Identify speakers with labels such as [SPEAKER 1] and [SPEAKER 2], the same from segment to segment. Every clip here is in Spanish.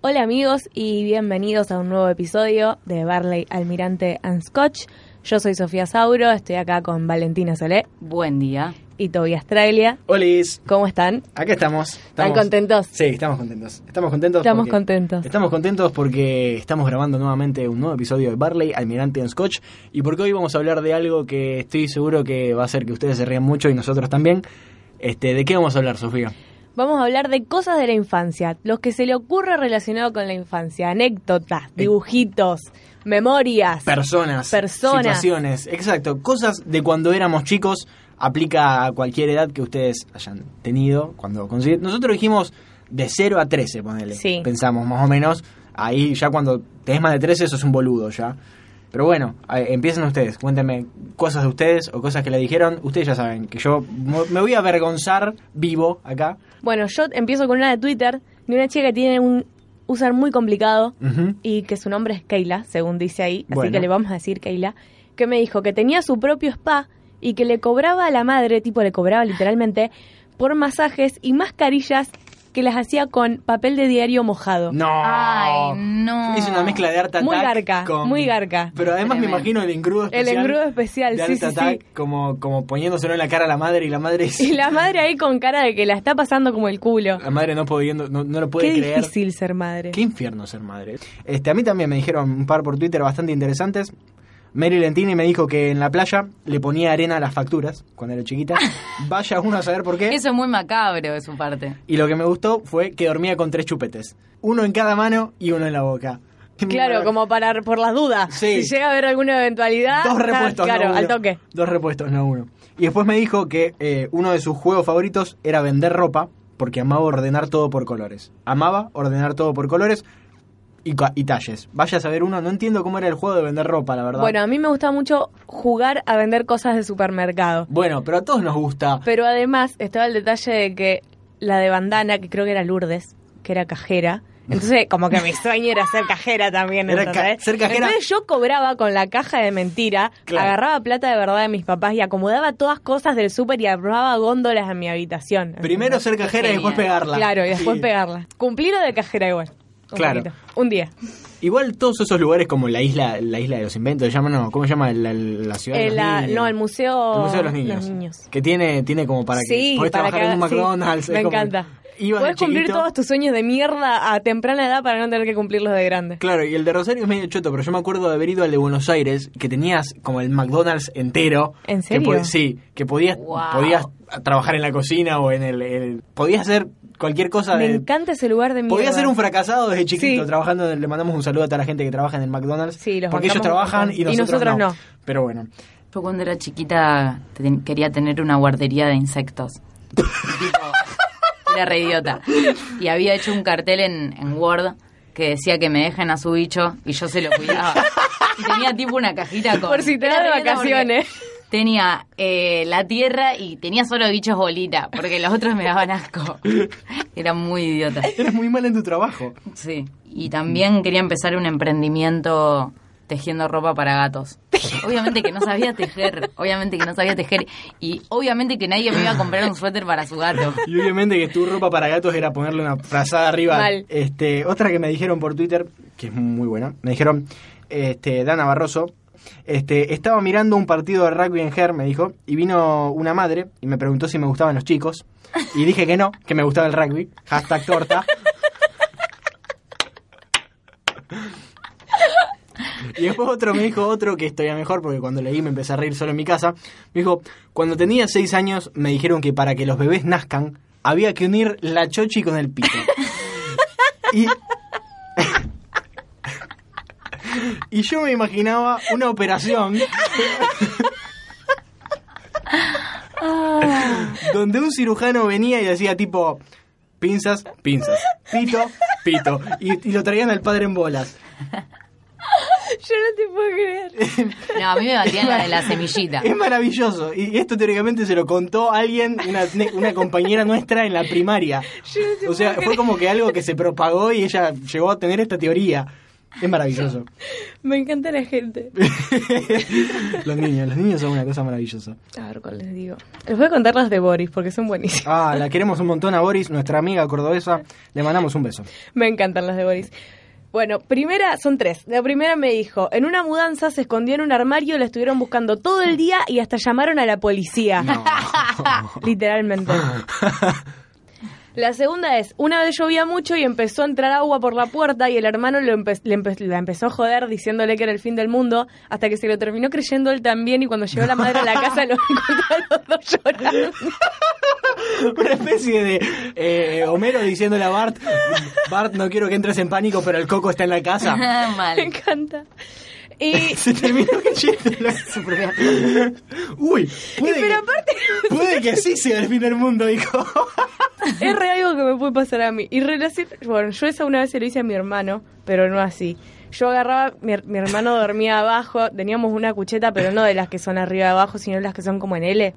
[SPEAKER 1] Hola amigos y bienvenidos a un nuevo episodio de Barley, Almirante and Scotch. Yo soy Sofía Sauro, estoy acá con Valentina Solé
[SPEAKER 2] Buen día.
[SPEAKER 1] y Toby Australia.
[SPEAKER 3] Olis,
[SPEAKER 1] ¿Cómo están?
[SPEAKER 3] acá estamos.
[SPEAKER 1] ¿Están
[SPEAKER 3] Estamos-
[SPEAKER 1] contentos?
[SPEAKER 3] Sí, estamos contentos. Estamos contentos.
[SPEAKER 1] Estamos
[SPEAKER 3] porque-
[SPEAKER 1] contentos.
[SPEAKER 3] Estamos contentos porque estamos grabando nuevamente un nuevo episodio de Barley, Almirante en Scotch, y porque hoy vamos a hablar de algo que estoy seguro que va a hacer que ustedes se rían mucho y nosotros también. Este, ¿De qué vamos a hablar, Sofía?
[SPEAKER 1] Vamos a hablar de cosas de la infancia, los que se le ocurre relacionado con la infancia,
[SPEAKER 3] Eh.
[SPEAKER 1] anécdotas, dibujitos, memorias.
[SPEAKER 3] Personas,
[SPEAKER 1] Personas.
[SPEAKER 3] situaciones, exacto, cosas de cuando éramos chicos, aplica a cualquier edad que ustedes hayan tenido, cuando consiguen. Nosotros dijimos de 0 a 13, ponele.
[SPEAKER 1] Sí.
[SPEAKER 3] Pensamos más o menos, ahí ya cuando tenés más de 13 sos un boludo ya. Pero bueno, a- empiecen ustedes, cuéntenme cosas de ustedes o cosas que le dijeron. Ustedes ya saben que yo mo- me voy a avergonzar vivo acá.
[SPEAKER 1] Bueno, yo empiezo con una de Twitter de una chica que tiene un user muy complicado
[SPEAKER 3] Ujú.
[SPEAKER 1] y que su nombre es Keila, según dice ahí, así
[SPEAKER 3] Bueno.
[SPEAKER 1] que le vamos a decir Keila, que me dijo que tenía su propio spa y que le cobraba a la madre, tipo le cobraba literalmente, por masajes y mascarillas que las hacía con papel de diario mojado.
[SPEAKER 3] No.
[SPEAKER 2] Ay, no.
[SPEAKER 3] Es una mezcla de Art
[SPEAKER 1] Muy
[SPEAKER 3] Attack
[SPEAKER 1] garca,
[SPEAKER 3] con-
[SPEAKER 1] muy garca.
[SPEAKER 3] Pero además
[SPEAKER 2] Tremendo.
[SPEAKER 3] me imagino el engrudo
[SPEAKER 1] El
[SPEAKER 3] especial.
[SPEAKER 1] engrudo especial,
[SPEAKER 3] de
[SPEAKER 1] sí,
[SPEAKER 3] Art
[SPEAKER 1] sí,
[SPEAKER 3] Attack,
[SPEAKER 1] sí.
[SPEAKER 3] Como, como poniéndoselo en la cara a la madre y la madre
[SPEAKER 1] Y la madre ahí con cara de que la está pasando como el culo.
[SPEAKER 3] la madre no pudiendo, no, no lo puede
[SPEAKER 1] Qué
[SPEAKER 3] creer.
[SPEAKER 1] difícil ser madre.
[SPEAKER 3] Qué infierno ser madre. Este, a mí también me dijeron un par por Twitter bastante interesantes. Mary Lentini me dijo que en la playa le ponía arena a las facturas cuando era chiquita. Vaya uno a saber por
[SPEAKER 1] ¿Eh?
[SPEAKER 3] qué.
[SPEAKER 2] Eso es muy macabro de su parte.
[SPEAKER 3] Y lo que me gustó fue que dormía con tres chupetes. Uno en cada mano y uno en la boca.
[SPEAKER 1] Claro, como para por las dudas.
[SPEAKER 3] Sí.
[SPEAKER 1] Si llega a haber alguna eventualidad,
[SPEAKER 3] Dos
[SPEAKER 1] está-
[SPEAKER 3] repuestos,
[SPEAKER 1] Ah, claro,
[SPEAKER 3] no uno.
[SPEAKER 1] al toque.
[SPEAKER 3] Dos repuestos, no uno. Y después me dijo que eh, uno de sus juegos favoritos era vender ropa, porque amaba ordenar todo por colores. Amaba ordenar todo por colores y, ca- y talles. Vaya a saber uno, no entiendo cómo era el juego de vender ropa, la verdad.
[SPEAKER 1] Bueno, a mí me gusta mucho jugar a vender cosas de supermercado.
[SPEAKER 3] Bueno, pero a todos nos gusta.
[SPEAKER 1] Pero además estaba el detalle de que la de bandana, que creo que era Lourdes, que era cajera. Entonces, como que mi sueño era ser cajera también.
[SPEAKER 3] Era ca-
[SPEAKER 1] ¿entendés?
[SPEAKER 3] ser cajera.
[SPEAKER 1] Entonces yo cobraba con la caja de mentira,
[SPEAKER 3] Claro.
[SPEAKER 1] agarraba plata de verdad de mis papás y acomodaba todas cosas del súper y armaba góndolas en mi habitación. ¿entendés?
[SPEAKER 3] Primero ser cajera y
[SPEAKER 2] Genial.
[SPEAKER 3] después pegarla.
[SPEAKER 1] Claro, y después
[SPEAKER 3] Sí.
[SPEAKER 1] pegarla. Cumplí lo de cajera igual. Un
[SPEAKER 3] Claro.
[SPEAKER 1] poquito. Un día.
[SPEAKER 3] Igual todos esos lugares como la isla la isla de los inventos, llaman, no, ¿cómo se llama la, la ciudad? de
[SPEAKER 1] Eh,
[SPEAKER 3] los
[SPEAKER 1] la-
[SPEAKER 3] niños?
[SPEAKER 1] no, el museo,
[SPEAKER 3] El Museo de los Niños. Que tiene, tiene como para que
[SPEAKER 1] sí,
[SPEAKER 3] podés
[SPEAKER 1] para
[SPEAKER 3] trabajar en un
[SPEAKER 1] que haga- sí,
[SPEAKER 3] McDonald's.
[SPEAKER 1] me
[SPEAKER 3] es como-
[SPEAKER 1] encanta.
[SPEAKER 3] ibas de
[SPEAKER 1] Puedes cumplir
[SPEAKER 3] chiquito.
[SPEAKER 1] todos tus sueños de mierda a temprana edad para no tener que cumplirlos de grande.
[SPEAKER 3] Claro, y el de Rosario es medio choto, pero yo me acuerdo de haber ido al de Buenos Aires, que tenías como el McDonald's entero.
[SPEAKER 1] ¿En
[SPEAKER 3] Que
[SPEAKER 1] serio?
[SPEAKER 3] pod- sí, que podías,
[SPEAKER 2] Wow.
[SPEAKER 3] podías trabajar en la cocina o en el... el- podías hacer cualquier cosa.
[SPEAKER 1] Me
[SPEAKER 3] de-
[SPEAKER 1] encanta ese lugar de mierda.
[SPEAKER 3] Podías ser un fracasado desde chiquito
[SPEAKER 1] Sí.
[SPEAKER 3] trabajando. en- Le mandamos un saludo a toda la gente que trabaja en el McDonald's.
[SPEAKER 1] Sí, los
[SPEAKER 3] porque
[SPEAKER 1] bancamos
[SPEAKER 3] ellos
[SPEAKER 1] un
[SPEAKER 3] trabajan
[SPEAKER 1] montón.
[SPEAKER 3] y
[SPEAKER 1] Y
[SPEAKER 3] nosotros,
[SPEAKER 1] nosotros no.
[SPEAKER 3] Pero bueno.
[SPEAKER 2] Yo cuando era chiquita te- quería tener una guardería de insectos. tipo, era re idiota. Y había hecho un cartel en, en Word que decía que me dejen a su bicho y yo se lo cuidaba. Y tenía tipo una cajita con...
[SPEAKER 1] Por si te
[SPEAKER 2] Era
[SPEAKER 1] das
[SPEAKER 2] re idiota
[SPEAKER 1] vacaciones.
[SPEAKER 2] porque Tenía eh, la tierra y tenía solo bichos bolita, porque los otros me daban asco. Era muy idiota.
[SPEAKER 3] Eres muy mal en tu trabajo.
[SPEAKER 2] Sí. Y también quería empezar un emprendimiento tejiendo ropa para gatos. Obviamente que no sabía tejer, obviamente que no sabía tejer y obviamente que nadie me iba a comprar un suéter para su gato.
[SPEAKER 3] Y obviamente que tu ropa para gatos era ponerle una frazada arriba.
[SPEAKER 1] Mal.
[SPEAKER 3] Este, otra que me dijeron por Twitter, que es muy buena, me dijeron, este, Dana Barroso, este, estaba mirando un partido de rugby en Her, me dijo, y vino una madre y me preguntó si me gustaban los chicos. Y dije que no, que me gustaba el rugby. Hashtag torta. Y después otro me dijo otro que estoy a mejor porque cuando leí me empecé a reír solo en mi casa. Me dijo, cuando tenía seis años me dijeron que para que los bebés nazcan había que unir la chochi con el pito. Y, y yo me imaginaba una operación
[SPEAKER 1] Ah,
[SPEAKER 3] donde un cirujano venía y hacía tipo pinzas, pinzas, pito, pito. Y, y lo traían al padre en bolas.
[SPEAKER 1] Yo no te puedo creer.
[SPEAKER 2] No, a mí me batían la de la semillita.
[SPEAKER 3] Es maravilloso. Y esto teóricamente se lo contó alguien, una, una compañera nuestra en la primaria. O sea, fue como que algo que se propagó y ella llegó a tener esta teoría. Es maravilloso.
[SPEAKER 1] Me encanta la gente.
[SPEAKER 3] los niños, los niños son una cosa maravillosa.
[SPEAKER 1] A ver cuál les digo. Les voy a contar las de Boris porque son buenísimas.
[SPEAKER 3] Ah, la queremos un montón a Boris, nuestra amiga cordobesa. Le mandamos un beso.
[SPEAKER 1] Me encantan las de Boris. Bueno, primera, son tres. La primera me dijo, en una mudanza se escondió en un armario, la estuvieron buscando todo el día y hasta llamaron a la policía. Literalmente. La segunda es, una vez llovía mucho y empezó a entrar agua por la puerta y el hermano lo empe- le empe- la empezó a joder diciéndole que era el fin del mundo hasta que se lo terminó creyendo él también y cuando llegó la madre a la casa lo encontró a los dos llorando.
[SPEAKER 3] Una especie de eh, Homero diciéndole a Bart, Bart, no quiero que entres en pánico, pero el coco está en la casa.
[SPEAKER 1] Me
[SPEAKER 2] Mal.
[SPEAKER 1] encanta. Y
[SPEAKER 3] Se terminó cayendo.
[SPEAKER 2] Su propia-
[SPEAKER 3] Uy, puede,
[SPEAKER 1] pero
[SPEAKER 3] que,
[SPEAKER 1] aparte-
[SPEAKER 3] puede que sí sea el fin del mundo, dijo.
[SPEAKER 1] es re algo que me puede pasar a mí. Y relación, bueno, yo esa una vez se lo hice a mi hermano, pero no así. Yo agarraba, mi, her- mi hermano dormía abajo, teníamos una cucheta, pero no de las que son arriba y abajo, sino las que son como en L.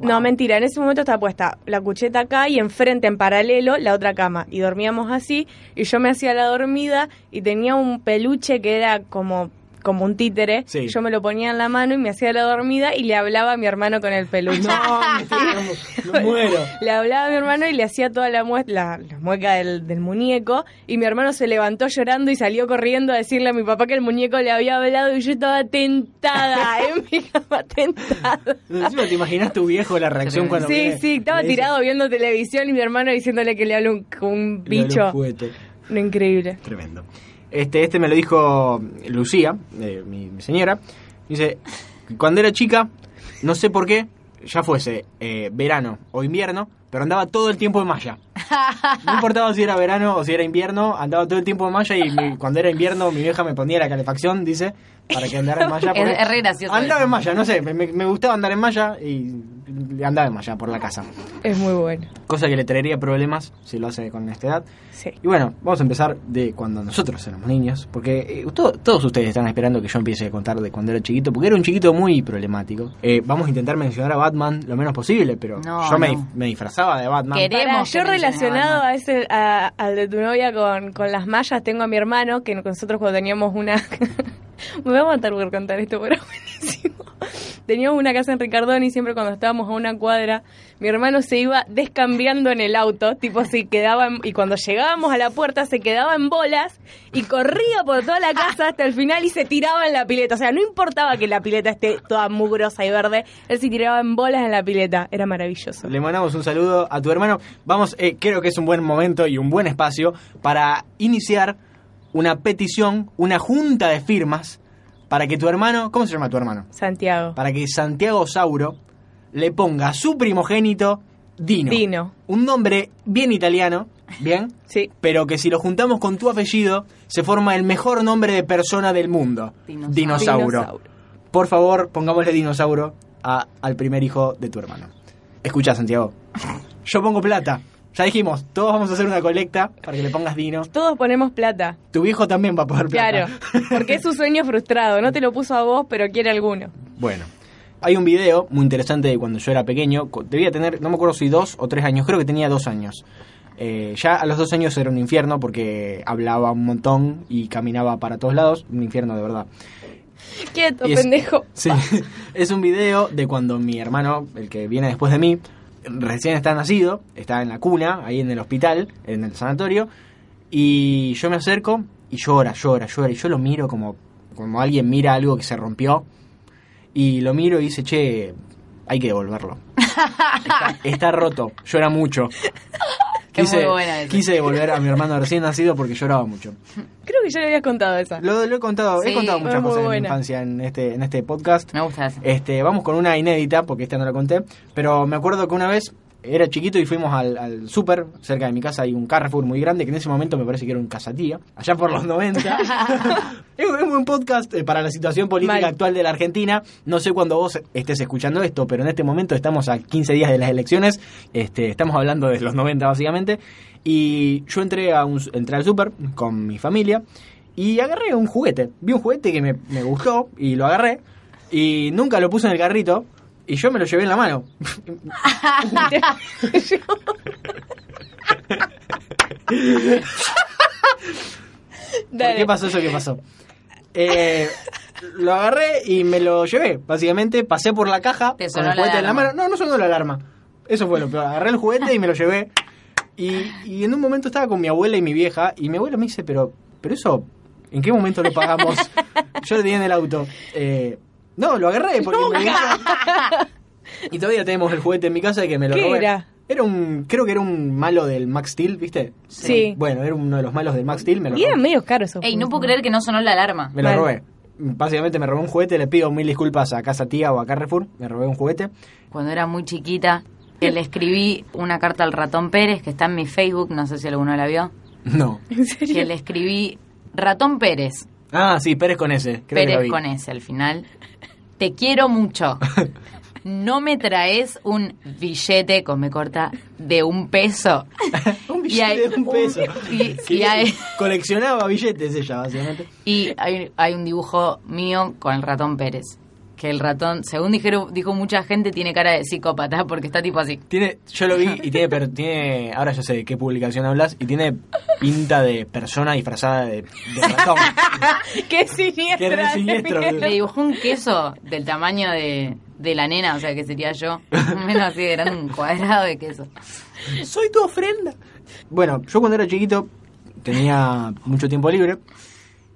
[SPEAKER 1] No, mentira, en ese momento estaba puesta la cucheta acá y enfrente, en paralelo, la otra cama. Y dormíamos así, y yo me hacía la dormida y tenía un peluche que era como, como un títere.
[SPEAKER 3] Sí.
[SPEAKER 1] Yo me lo ponía en la mano y me hacía la dormida y le hablaba a mi hermano con el peluche.
[SPEAKER 3] Pues No, me estoy- me muero.
[SPEAKER 1] Le hablaba a mi hermano y le hacía toda la, mue- la, la mueca del, del muñeco. Y mi hermano se levantó llorando y salió corriendo a decirle a mi papá que el muñeco le había hablado. Y yo estaba tentada en mi cama, tentada.
[SPEAKER 3] Encima te imaginas tu viejo la reacción cuando
[SPEAKER 1] Sí,
[SPEAKER 3] viene-
[SPEAKER 1] sí, estaba
[SPEAKER 3] le dice-
[SPEAKER 1] tirado viendo televisión y mi hermano diciéndole que le habla un, un
[SPEAKER 3] le habla un
[SPEAKER 1] bicho.
[SPEAKER 3] juguete.
[SPEAKER 1] No, increíble.
[SPEAKER 3] Tremendo. Este, este me lo dijo Lucía, eh, mi, mi señora. Dice, cuando era chica, no sé por qué, ya fuese eh, verano o invierno, pero andaba todo el tiempo en malla. No importaba si era verano o si era invierno, andaba todo el tiempo en malla y mi- cuando era invierno mi vieja me ponía la calefacción, dice, para que andara en malla. porque
[SPEAKER 2] Es- es re gracioso
[SPEAKER 3] Andaba
[SPEAKER 2] eso.
[SPEAKER 3] en malla, no sé, me, me- me gustaba andar en malla y andaba en malla por la casa.
[SPEAKER 1] Es muy bueno.
[SPEAKER 3] Cosa que le traería problemas si lo hace con esta edad.
[SPEAKER 1] Sí.
[SPEAKER 3] Y bueno, vamos a empezar de cuando nosotros éramos niños, porque eh, to- todos ustedes están esperando que yo empiece a contar de cuando era chiquito, porque era un chiquito muy problemático. Eh, vamos a intentar mencionar a Batman lo menos posible, pero
[SPEAKER 2] No,
[SPEAKER 3] yo me,
[SPEAKER 2] no.
[SPEAKER 3] me disfrazaba de Batman.
[SPEAKER 2] Queré-
[SPEAKER 1] Pará,
[SPEAKER 2] Queremos
[SPEAKER 1] yo
[SPEAKER 2] que mencionen a
[SPEAKER 1] relacionado
[SPEAKER 2] Batman.
[SPEAKER 1] a ese, a- al de tu novia con, con las mallas, tengo a mi hermano, que nosotros cuando teníamos una... Me voy a matar por contar esto, pero es buenísimo. Teníamos una casa en Ricardón y siempre cuando estábamos a una cuadra, mi hermano se iba descambiando en el auto, tipo se quedaba, en- y cuando llegábamos a la puerta se quedaba en bolas y corría por toda la casa hasta el final y se tiraba en la pileta. O sea, no importaba que la pileta esté toda mugrosa y verde, él se tiraba en bolas en la pileta. Era maravilloso.
[SPEAKER 3] Le mandamos un saludo a tu hermano. Vamos, eh, creo que es un buen momento y un buen espacio para iniciar una petición, una junta de firmas para que tu hermano, ¿cómo se llama tu hermano?
[SPEAKER 1] Santiago.
[SPEAKER 3] para que Santiago Sauro le ponga a su primogénito Dino.
[SPEAKER 1] Dino.
[SPEAKER 3] Un nombre bien italiano, ¿bien?
[SPEAKER 1] Sí.
[SPEAKER 3] Pero que si lo juntamos con tu apellido, se forma el mejor nombre de persona del mundo.
[SPEAKER 2] Dinosauro.
[SPEAKER 3] Dinosauro.
[SPEAKER 1] Dinosauro.
[SPEAKER 3] Por favor, pongámosle dinosauro a- al primer hijo de tu hermano. Escucha, Santiago. Yo pongo plata. Ya dijimos, todos vamos a hacer una colecta para que le pongas Dino.
[SPEAKER 1] Todos ponemos plata.
[SPEAKER 3] Tu viejo también va a poder plata.
[SPEAKER 1] Claro. Porque es su sueño frustrado. No te lo puso a vos, pero quiere alguno.
[SPEAKER 3] Bueno. Hay un video muy interesante de cuando yo era pequeño. cu- Debía tener, no me acuerdo si dos o tres años, creo que tenía dos años. Eh, ya a los dos años era un infierno porque hablaba un montón y caminaba para todos lados. Un infierno de verdad.
[SPEAKER 1] Quieto,
[SPEAKER 3] Y es-
[SPEAKER 1] pendejo.
[SPEAKER 3] Sí. es un video de cuando mi hermano, el que viene después de mí, recién está nacido, está en la cuna, ahí en el hospital, en el sanatorio, y yo me acerco y llora, llora, llora, y yo lo miro como, como alguien mira algo que se rompió, y lo miro y dice, che, hay que devolverlo. Está, está roto, llora mucho.
[SPEAKER 2] Es muy
[SPEAKER 3] Quise,
[SPEAKER 2] buena esa.
[SPEAKER 3] quise devolver a mi hermano recién nacido porque lloraba mucho.
[SPEAKER 1] Creo que ya le habías contado esa.
[SPEAKER 3] Lo, lo he contado, he
[SPEAKER 2] Sí,
[SPEAKER 3] contado muchas
[SPEAKER 1] muy
[SPEAKER 3] cosas de mi
[SPEAKER 1] buena.
[SPEAKER 3] infancia en este, en este podcast.
[SPEAKER 2] Me gusta eso.
[SPEAKER 3] Este, vamos con una inédita, porque esta no la conté. Pero me acuerdo que una vez era chiquito y fuimos al, al súper. Cerca de mi casa hay un Carrefour muy grande, que en ese momento me parece que era un casatía. Allá por los 90. es, un- es un buen podcast eh, para la situación política
[SPEAKER 1] Mal.
[SPEAKER 3] actual de la Argentina. No sé cuándo vos estés escuchando esto, pero en este momento estamos a 15 días de las elecciones. Este, estamos hablando de los 90, básicamente. Y yo entré, a un, entré al súper con mi familia. Y agarré un juguete. Vi un juguete que me, me gustó y lo agarré. Y nunca lo puse en el carrito. Y yo me lo llevé en la mano.
[SPEAKER 1] Dale.
[SPEAKER 3] ¿Por qué pasó eso que pasó? Eh, lo agarré y me lo llevé. Básicamente pasé por la caja
[SPEAKER 2] Te
[SPEAKER 3] con
[SPEAKER 2] sonó la
[SPEAKER 3] el juguete en la
[SPEAKER 2] alarma.
[SPEAKER 3] mano. No, no sonó la alarma. Eso fue lo peor. Agarré el juguete y me lo llevé. Y, y en un momento estaba con mi abuela y mi vieja. Y mi abuela me dice, pero, pero eso, ¿en qué momento lo pagamos? Yo lo tenía en el auto. Eh, no, lo agarré porque me Y todavía tenemos el juguete en mi casa que me lo
[SPEAKER 1] ¿Qué
[SPEAKER 3] robé.
[SPEAKER 1] era?
[SPEAKER 3] Era un, creo que era un malo del Max Steel, ¿viste?
[SPEAKER 1] Sí.
[SPEAKER 3] Bueno, era uno de los malos del Max Steel, me lo
[SPEAKER 1] Y eran
[SPEAKER 3] robé.
[SPEAKER 1] medio caros esos
[SPEAKER 2] Ey, no
[SPEAKER 1] juegos.
[SPEAKER 2] puedo creer que no sonó la alarma.
[SPEAKER 3] Me lo
[SPEAKER 1] Mal.
[SPEAKER 3] robé. Básicamente me robé un juguete, le pido mil disculpas a Casa Tía o a Carrefour, me robé un juguete.
[SPEAKER 2] Cuando era muy chiquita, que le escribí una carta al ratón Pérez, que está en mi Facebook, no sé si alguno la vio,
[SPEAKER 3] No.
[SPEAKER 1] ¿En serio?
[SPEAKER 2] que le escribí ratón Pérez,
[SPEAKER 3] Ah, sí, Pérez con ese. Creo que lo
[SPEAKER 2] Pérez
[SPEAKER 3] vi.
[SPEAKER 2] con E. ese al final. Te quiero mucho. No me traes un billete, con me corta, de un peso.
[SPEAKER 3] Un
[SPEAKER 2] Y hay-
[SPEAKER 3] billete de un peso.
[SPEAKER 2] y-
[SPEAKER 3] Que
[SPEAKER 2] y hay-
[SPEAKER 3] Coleccionaba billetes ella, básicamente.
[SPEAKER 2] Y hay, hay un dibujo mío con el ratón Pérez. Que el ratón, según dijeron, dijo mucha gente, tiene cara de psicópata porque está tipo así.
[SPEAKER 3] Tiene, yo lo vi y tiene, per- tiene, ahora ya sé de qué publicación hablas, y tiene pinta de persona disfrazada de, de ratón.
[SPEAKER 1] Qué siniestra.
[SPEAKER 3] Qué re
[SPEAKER 1] de
[SPEAKER 3] siniestro,
[SPEAKER 1] mierda.
[SPEAKER 2] Le dibujó un queso del tamaño de, de la nena, o sea que sería yo. Más o menos así de grande, un cuadrado de queso.
[SPEAKER 3] Soy tu ofrenda. Bueno, yo cuando era chiquito tenía mucho tiempo libre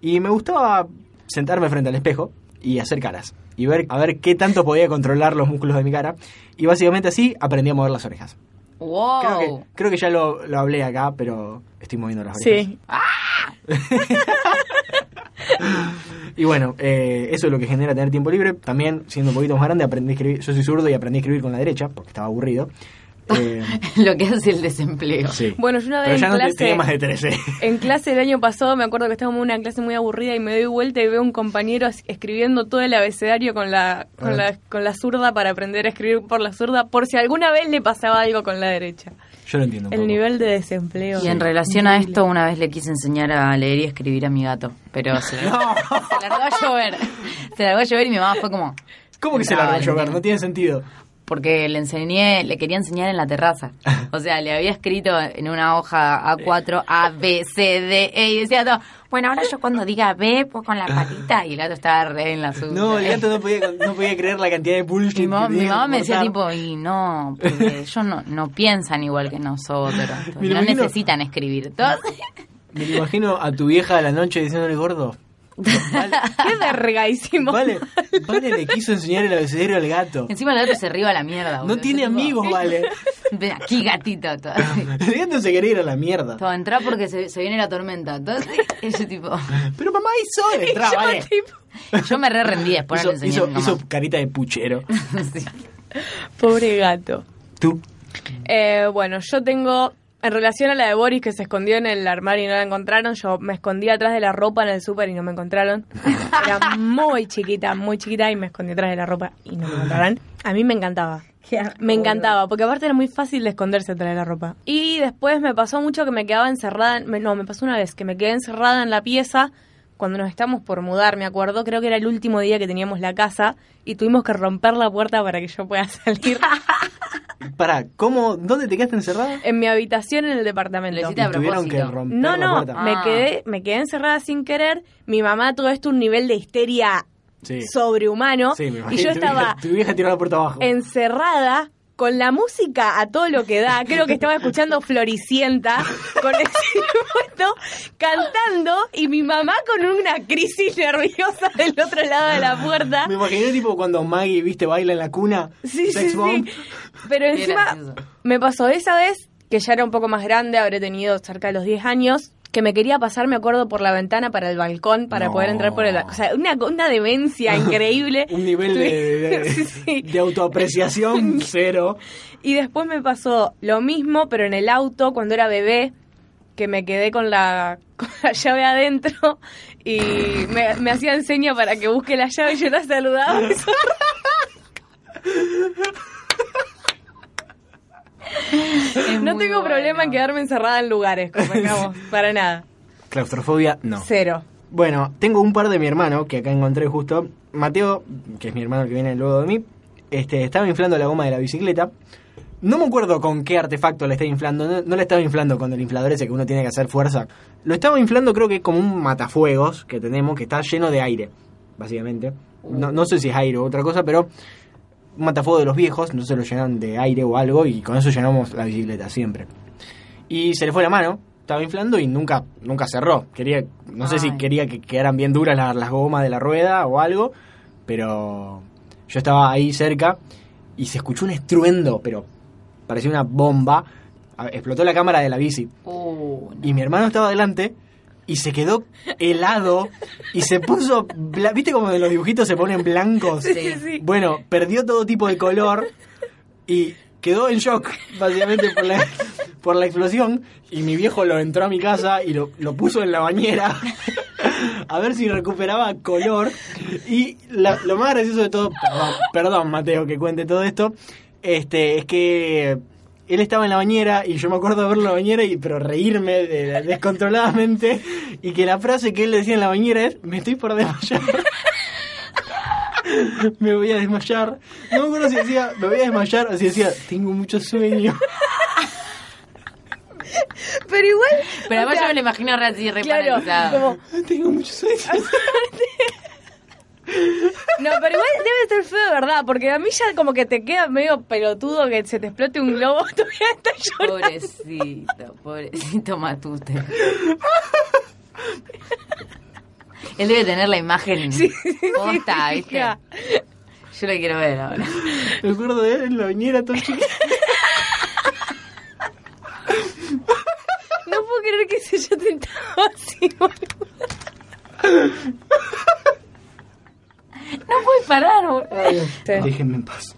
[SPEAKER 3] y me gustaba sentarme frente al espejo y hacer caras y ver a ver qué tanto podía controlar los músculos de mi cara y básicamente así aprendí a mover las orejas.
[SPEAKER 2] ¡Wow!
[SPEAKER 3] Creo,
[SPEAKER 1] Oh.
[SPEAKER 3] que, creo que ya lo, lo hablé acá, pero estoy moviendo las orejas.
[SPEAKER 1] Sí.
[SPEAKER 3] Y bueno, eh, eso es lo que genera tener tiempo libre. También, siendo un poquito más grande, aprendí a escribir. Yo soy zurdo y aprendí a escribir con la derecha porque estaba aburrido. Eh,
[SPEAKER 2] Lo que hace el desempleo.
[SPEAKER 3] sí.
[SPEAKER 1] Bueno, yo una vez
[SPEAKER 3] Pero ya
[SPEAKER 1] en
[SPEAKER 3] no te-
[SPEAKER 1] clase-
[SPEAKER 3] tenía más de 13.
[SPEAKER 1] En clase el año pasado me acuerdo que estábamos en una clase muy aburrida y me doy vuelta y veo un compañero es- escribiendo todo el abecedario con la, con
[SPEAKER 3] Ah.
[SPEAKER 1] la, con la zurda para aprender a escribir por la zurda por si alguna vez le pasaba algo con la derecha.
[SPEAKER 3] Yo lo entiendo. un
[SPEAKER 1] El
[SPEAKER 3] poco.
[SPEAKER 1] nivel de desempleo.
[SPEAKER 2] Y en relación a esto, una vez le quise enseñar a leer y escribir a mi gato, pero se, se largó a llover. Se largó a llover y mi mamá fue como,
[SPEAKER 3] ¿Cómo que se la va a
[SPEAKER 2] Dale.
[SPEAKER 3] llover? No tiene sentido.
[SPEAKER 2] porque le enseñé, le quería enseñar en la terraza. O sea, le había escrito en una hoja A4 A, B, C, D, E y decía todo, bueno, ahora yo cuando diga B, pues con la patita y el gato estaba re en la suya.
[SPEAKER 3] No, el gato no podía, no podía creer la cantidad de bullshit.
[SPEAKER 2] Mi mamá,
[SPEAKER 3] que
[SPEAKER 2] mi
[SPEAKER 3] tenía que
[SPEAKER 2] mamá me decía
[SPEAKER 3] cortar.
[SPEAKER 2] tipo, y no, porque ellos no, no piensan igual que nosotros, entonces
[SPEAKER 3] Me lo
[SPEAKER 2] no
[SPEAKER 3] imagino-
[SPEAKER 2] necesitan escribir. Entonces,
[SPEAKER 3] Me lo imagino a tu vieja a la noche diciéndole gordo. Vale,
[SPEAKER 1] Qué verga hicimos.
[SPEAKER 3] vale, vale le quiso enseñar el abecedario al gato.
[SPEAKER 2] encima el gato se ríe a la mierda.
[SPEAKER 3] No
[SPEAKER 2] boludo.
[SPEAKER 3] tiene
[SPEAKER 2] Yo tipo,
[SPEAKER 3] amigos, vale.
[SPEAKER 2] Ven aquí, gatito. Todo,
[SPEAKER 3] El gato se quería ir a la mierda.
[SPEAKER 2] Todo, entrá porque se, se viene la tormenta. Entonces, ella tipo...
[SPEAKER 3] Pero mamá hizo, entra,
[SPEAKER 1] Yo,
[SPEAKER 3] vale.
[SPEAKER 1] tipo,
[SPEAKER 2] Yo me re rendí después
[SPEAKER 3] Hizo,
[SPEAKER 2] le enseñé a
[SPEAKER 3] hizo-
[SPEAKER 2] mi mamá.
[SPEAKER 3] hizo carita de puchero.
[SPEAKER 2] Sí.
[SPEAKER 1] Pobre gato.
[SPEAKER 3] Tú.
[SPEAKER 1] Eh, bueno, yo tengo, en relación a la de Boris que se escondió en el armario y no la encontraron, yo me escondí atrás de la ropa en el súper y no me encontraron. Era muy chiquita, muy chiquita y me escondí atrás de la ropa y no me encontraron. A mí me encantaba. Me encantaba, porque aparte era muy fácil de esconderse atrás de la ropa. Y después me pasó mucho que me quedaba encerrada, en- me- no, me pasó una vez que me quedé encerrada en la pieza cuando nos estábamos por mudar, me acuerdo, creo que era el último día que teníamos la casa y tuvimos que romper la puerta para que yo pueda salir.
[SPEAKER 3] Pará, ¿cómo? ¿Dónde te quedaste encerrada?
[SPEAKER 1] En mi habitación en el departamento.
[SPEAKER 2] Lo hiciste a
[SPEAKER 3] Tuvieron que
[SPEAKER 2] propósito.
[SPEAKER 3] romper
[SPEAKER 1] No,
[SPEAKER 3] la
[SPEAKER 1] no,
[SPEAKER 3] puerta.
[SPEAKER 1] me
[SPEAKER 2] Ah.
[SPEAKER 1] quedé, me quedé encerrada sin querer. Mi mamá todo esto un nivel de histeria
[SPEAKER 3] Sí.
[SPEAKER 1] sobrehumano.
[SPEAKER 3] Sí, me
[SPEAKER 1] y
[SPEAKER 3] imagino.
[SPEAKER 1] yo
[SPEAKER 3] Tu vieja-
[SPEAKER 1] estaba
[SPEAKER 3] Tu vieja tiró la puerta abajo.
[SPEAKER 1] encerrada con la música a todo lo que da. Creo que estaba escuchando Floricienta con el silbato cantando y mi mamá con una crisis nerviosa del otro lado de la puerta.
[SPEAKER 3] Me imaginé tipo cuando Maggie, viste, baila en la cuna.
[SPEAKER 1] Sí, sí,
[SPEAKER 3] Sex bomb.
[SPEAKER 1] sí. Pero
[SPEAKER 2] Qué
[SPEAKER 1] encima
[SPEAKER 2] gracioso.
[SPEAKER 1] me pasó esa vez, que ya era un poco más grande, habré tenido cerca de los 10 años, que me quería pasar, me acuerdo, por la ventana para el balcón, para
[SPEAKER 3] No.
[SPEAKER 1] poder entrar por el balcón. O sea, una, una demencia increíble.
[SPEAKER 3] Un nivel de, de- de-
[SPEAKER 1] Sí, sí.
[SPEAKER 3] de autoapreciación cero.
[SPEAKER 1] Y después me pasó lo mismo, pero en el auto, cuando era bebé, que me quedé con la, con la llave adentro y me, me hacían seña para que busque la llave y yo la saludaba.
[SPEAKER 2] Es
[SPEAKER 1] No
[SPEAKER 2] muy
[SPEAKER 1] tengo problema en
[SPEAKER 2] bueno.
[SPEAKER 1] quedarme encerrada en lugares, convengamos, para nada.
[SPEAKER 3] Claustrofobia, no.
[SPEAKER 1] Cero.
[SPEAKER 3] Bueno, tengo un par de mi hermano que acá encontré justo. Mateo, que es mi hermano que viene luego de mí, este, estaba inflando la goma de la bicicleta No me acuerdo con qué artefacto le estaba inflando. No, no le estaba inflando con el inflador ese que uno tiene que hacer fuerza. Lo estaba inflando creo que como un matafuegos que tenemos que está lleno de aire, básicamente. No, no sé si es aire o otra cosa, pero un matafuego de los viejos, no se lo llenaron de aire o algo y con eso llenamos la bicicleta siempre. Y se le fue la mano, estaba inflando y nunca nunca cerró. Quería no sé si
[SPEAKER 2] Ay.
[SPEAKER 3] quería que quedaran bien duras las, las gomas de la rueda o algo, pero yo estaba ahí cerca y se escuchó un estruendo, pero parecía una bomba. A- Explotó la cámara de la bici
[SPEAKER 2] Uh, no.
[SPEAKER 3] y mi hermano estaba adelante y se quedó helado y se puso, bla- ¿viste como en los dibujitos se ponen blancos?
[SPEAKER 2] Sí.
[SPEAKER 3] Bueno, perdió todo tipo de color y quedó en shock, básicamente, por la, por la explosión. Y mi viejo lo entró a mi casa y lo, lo puso en la bañera a ver si recuperaba color. Y la- lo más gracioso de todo, perdón, perdón, Mateo que cuente todo esto, este es que él estaba en la bañera y yo me acuerdo de verlo en la bañera y pero reírme de- descontroladamente y que la frase que él decía en la bañera es me estoy por desmayar me voy a desmayar. No me acuerdo si decía, me voy a desmayar o si decía, tengo mucho sueño.
[SPEAKER 1] Pero igual.
[SPEAKER 2] Pero
[SPEAKER 1] o
[SPEAKER 2] además
[SPEAKER 1] sea,
[SPEAKER 2] yo me lo imagino re así, re
[SPEAKER 1] Claro,
[SPEAKER 2] paralizado.
[SPEAKER 1] como-
[SPEAKER 3] Tengo mucho sueño.
[SPEAKER 1] No, pero igual debe ser feo, de ¿verdad? Porque a mí ya como que te queda medio pelotudo que se te explote un globo. Todavía está llorando.
[SPEAKER 2] Pobrecito, pobrecito Matute. Él debe tener la imagen posta, ¿viste?
[SPEAKER 1] fija.
[SPEAKER 2] Yo la quiero ver ahora.
[SPEAKER 3] Me acuerdo de él en la bañera todo chiquito.
[SPEAKER 1] No puedo creer que se haya tentado así, boludo.
[SPEAKER 2] No puedes parar, boludo.
[SPEAKER 3] Déjenme en paz.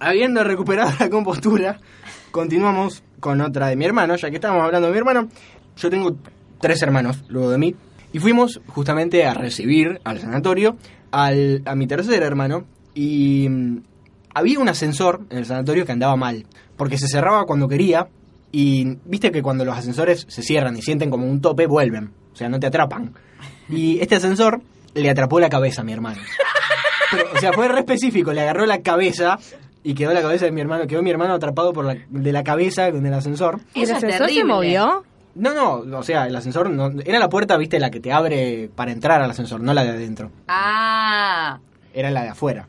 [SPEAKER 3] Habiendo recuperado la compostura, continuamos con otra de mi hermano, ya que estábamos hablando de mi hermano. Yo tengo tres hermanos luego de mí. Y fuimos justamente a recibir al sanatorio al, a mi tercer hermano. Y mm, había un ascensor en el sanatorio que andaba mal, porque se cerraba cuando quería. Y viste que cuando los ascensores se cierran y sienten como un tope, vuelven. O sea, no te atrapan. Y este ascensor le atrapó la cabeza a mi hermano. Pero, o sea, fue re específico, le agarró la cabeza y quedó la cabeza de mi hermano, quedó mi hermano atrapado por la, de la cabeza con el ascensor.
[SPEAKER 1] ¿El
[SPEAKER 2] Eso es
[SPEAKER 1] ascensor se
[SPEAKER 2] terrible.
[SPEAKER 1] movió?
[SPEAKER 3] No, no, o sea, el ascensor no, era la puerta, viste, la que te abre para entrar al ascensor, no la de adentro,
[SPEAKER 2] Ah,
[SPEAKER 3] era la de afuera.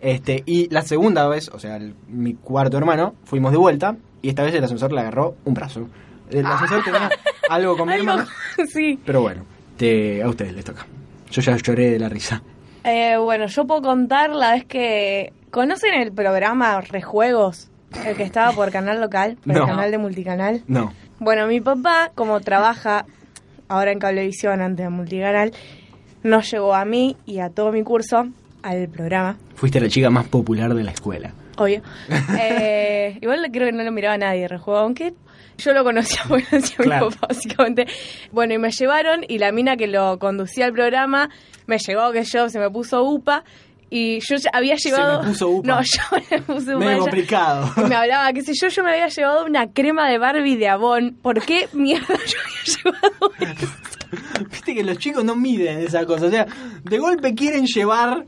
[SPEAKER 3] Este, y la segunda vez, o sea, el- mi cuarto hermano, fuimos de vuelta y esta vez el ascensor le agarró un brazo. El ascensor tenía algo con mi
[SPEAKER 1] Algo.
[SPEAKER 3] hermano,
[SPEAKER 1] Sí.
[SPEAKER 3] pero bueno, te- a ustedes les toca. Yo ya lloré de la risa.
[SPEAKER 1] Eh, bueno, yo puedo contar la vez que. ¿Conocen el programa Rejuegos? El que estaba por canal local, por
[SPEAKER 3] No.
[SPEAKER 1] el canal de multicanal.
[SPEAKER 3] No.
[SPEAKER 1] Bueno, mi papá, como trabaja ahora en Cablevisión, antes de Multicanal, nos llevó a mí y a todo mi curso al programa,
[SPEAKER 3] Fuiste la chica más popular de la escuela.
[SPEAKER 1] obvio. Eh, igual creo que no lo miraba nadie, rejuego, aunque yo lo conocía porque lo hacía
[SPEAKER 3] Claro.
[SPEAKER 1] mi papá, básicamente. Bueno, y me llevaron y la mina que lo conducía al programa me llegó, que yo se me puso upa. Y yo ya había
[SPEAKER 3] Se
[SPEAKER 1] llevado.
[SPEAKER 3] me puso upa.
[SPEAKER 1] No, yo me puse upa.
[SPEAKER 3] Medio
[SPEAKER 1] ella-
[SPEAKER 3] complicado.
[SPEAKER 1] y me hablaba, qué sé yo, yo me había llevado una crema de Barbie de Avon. ¿Por qué mierda yo había llevado eso?
[SPEAKER 3] Viste que los chicos no miden esa cosa. O sea, de golpe quieren llevar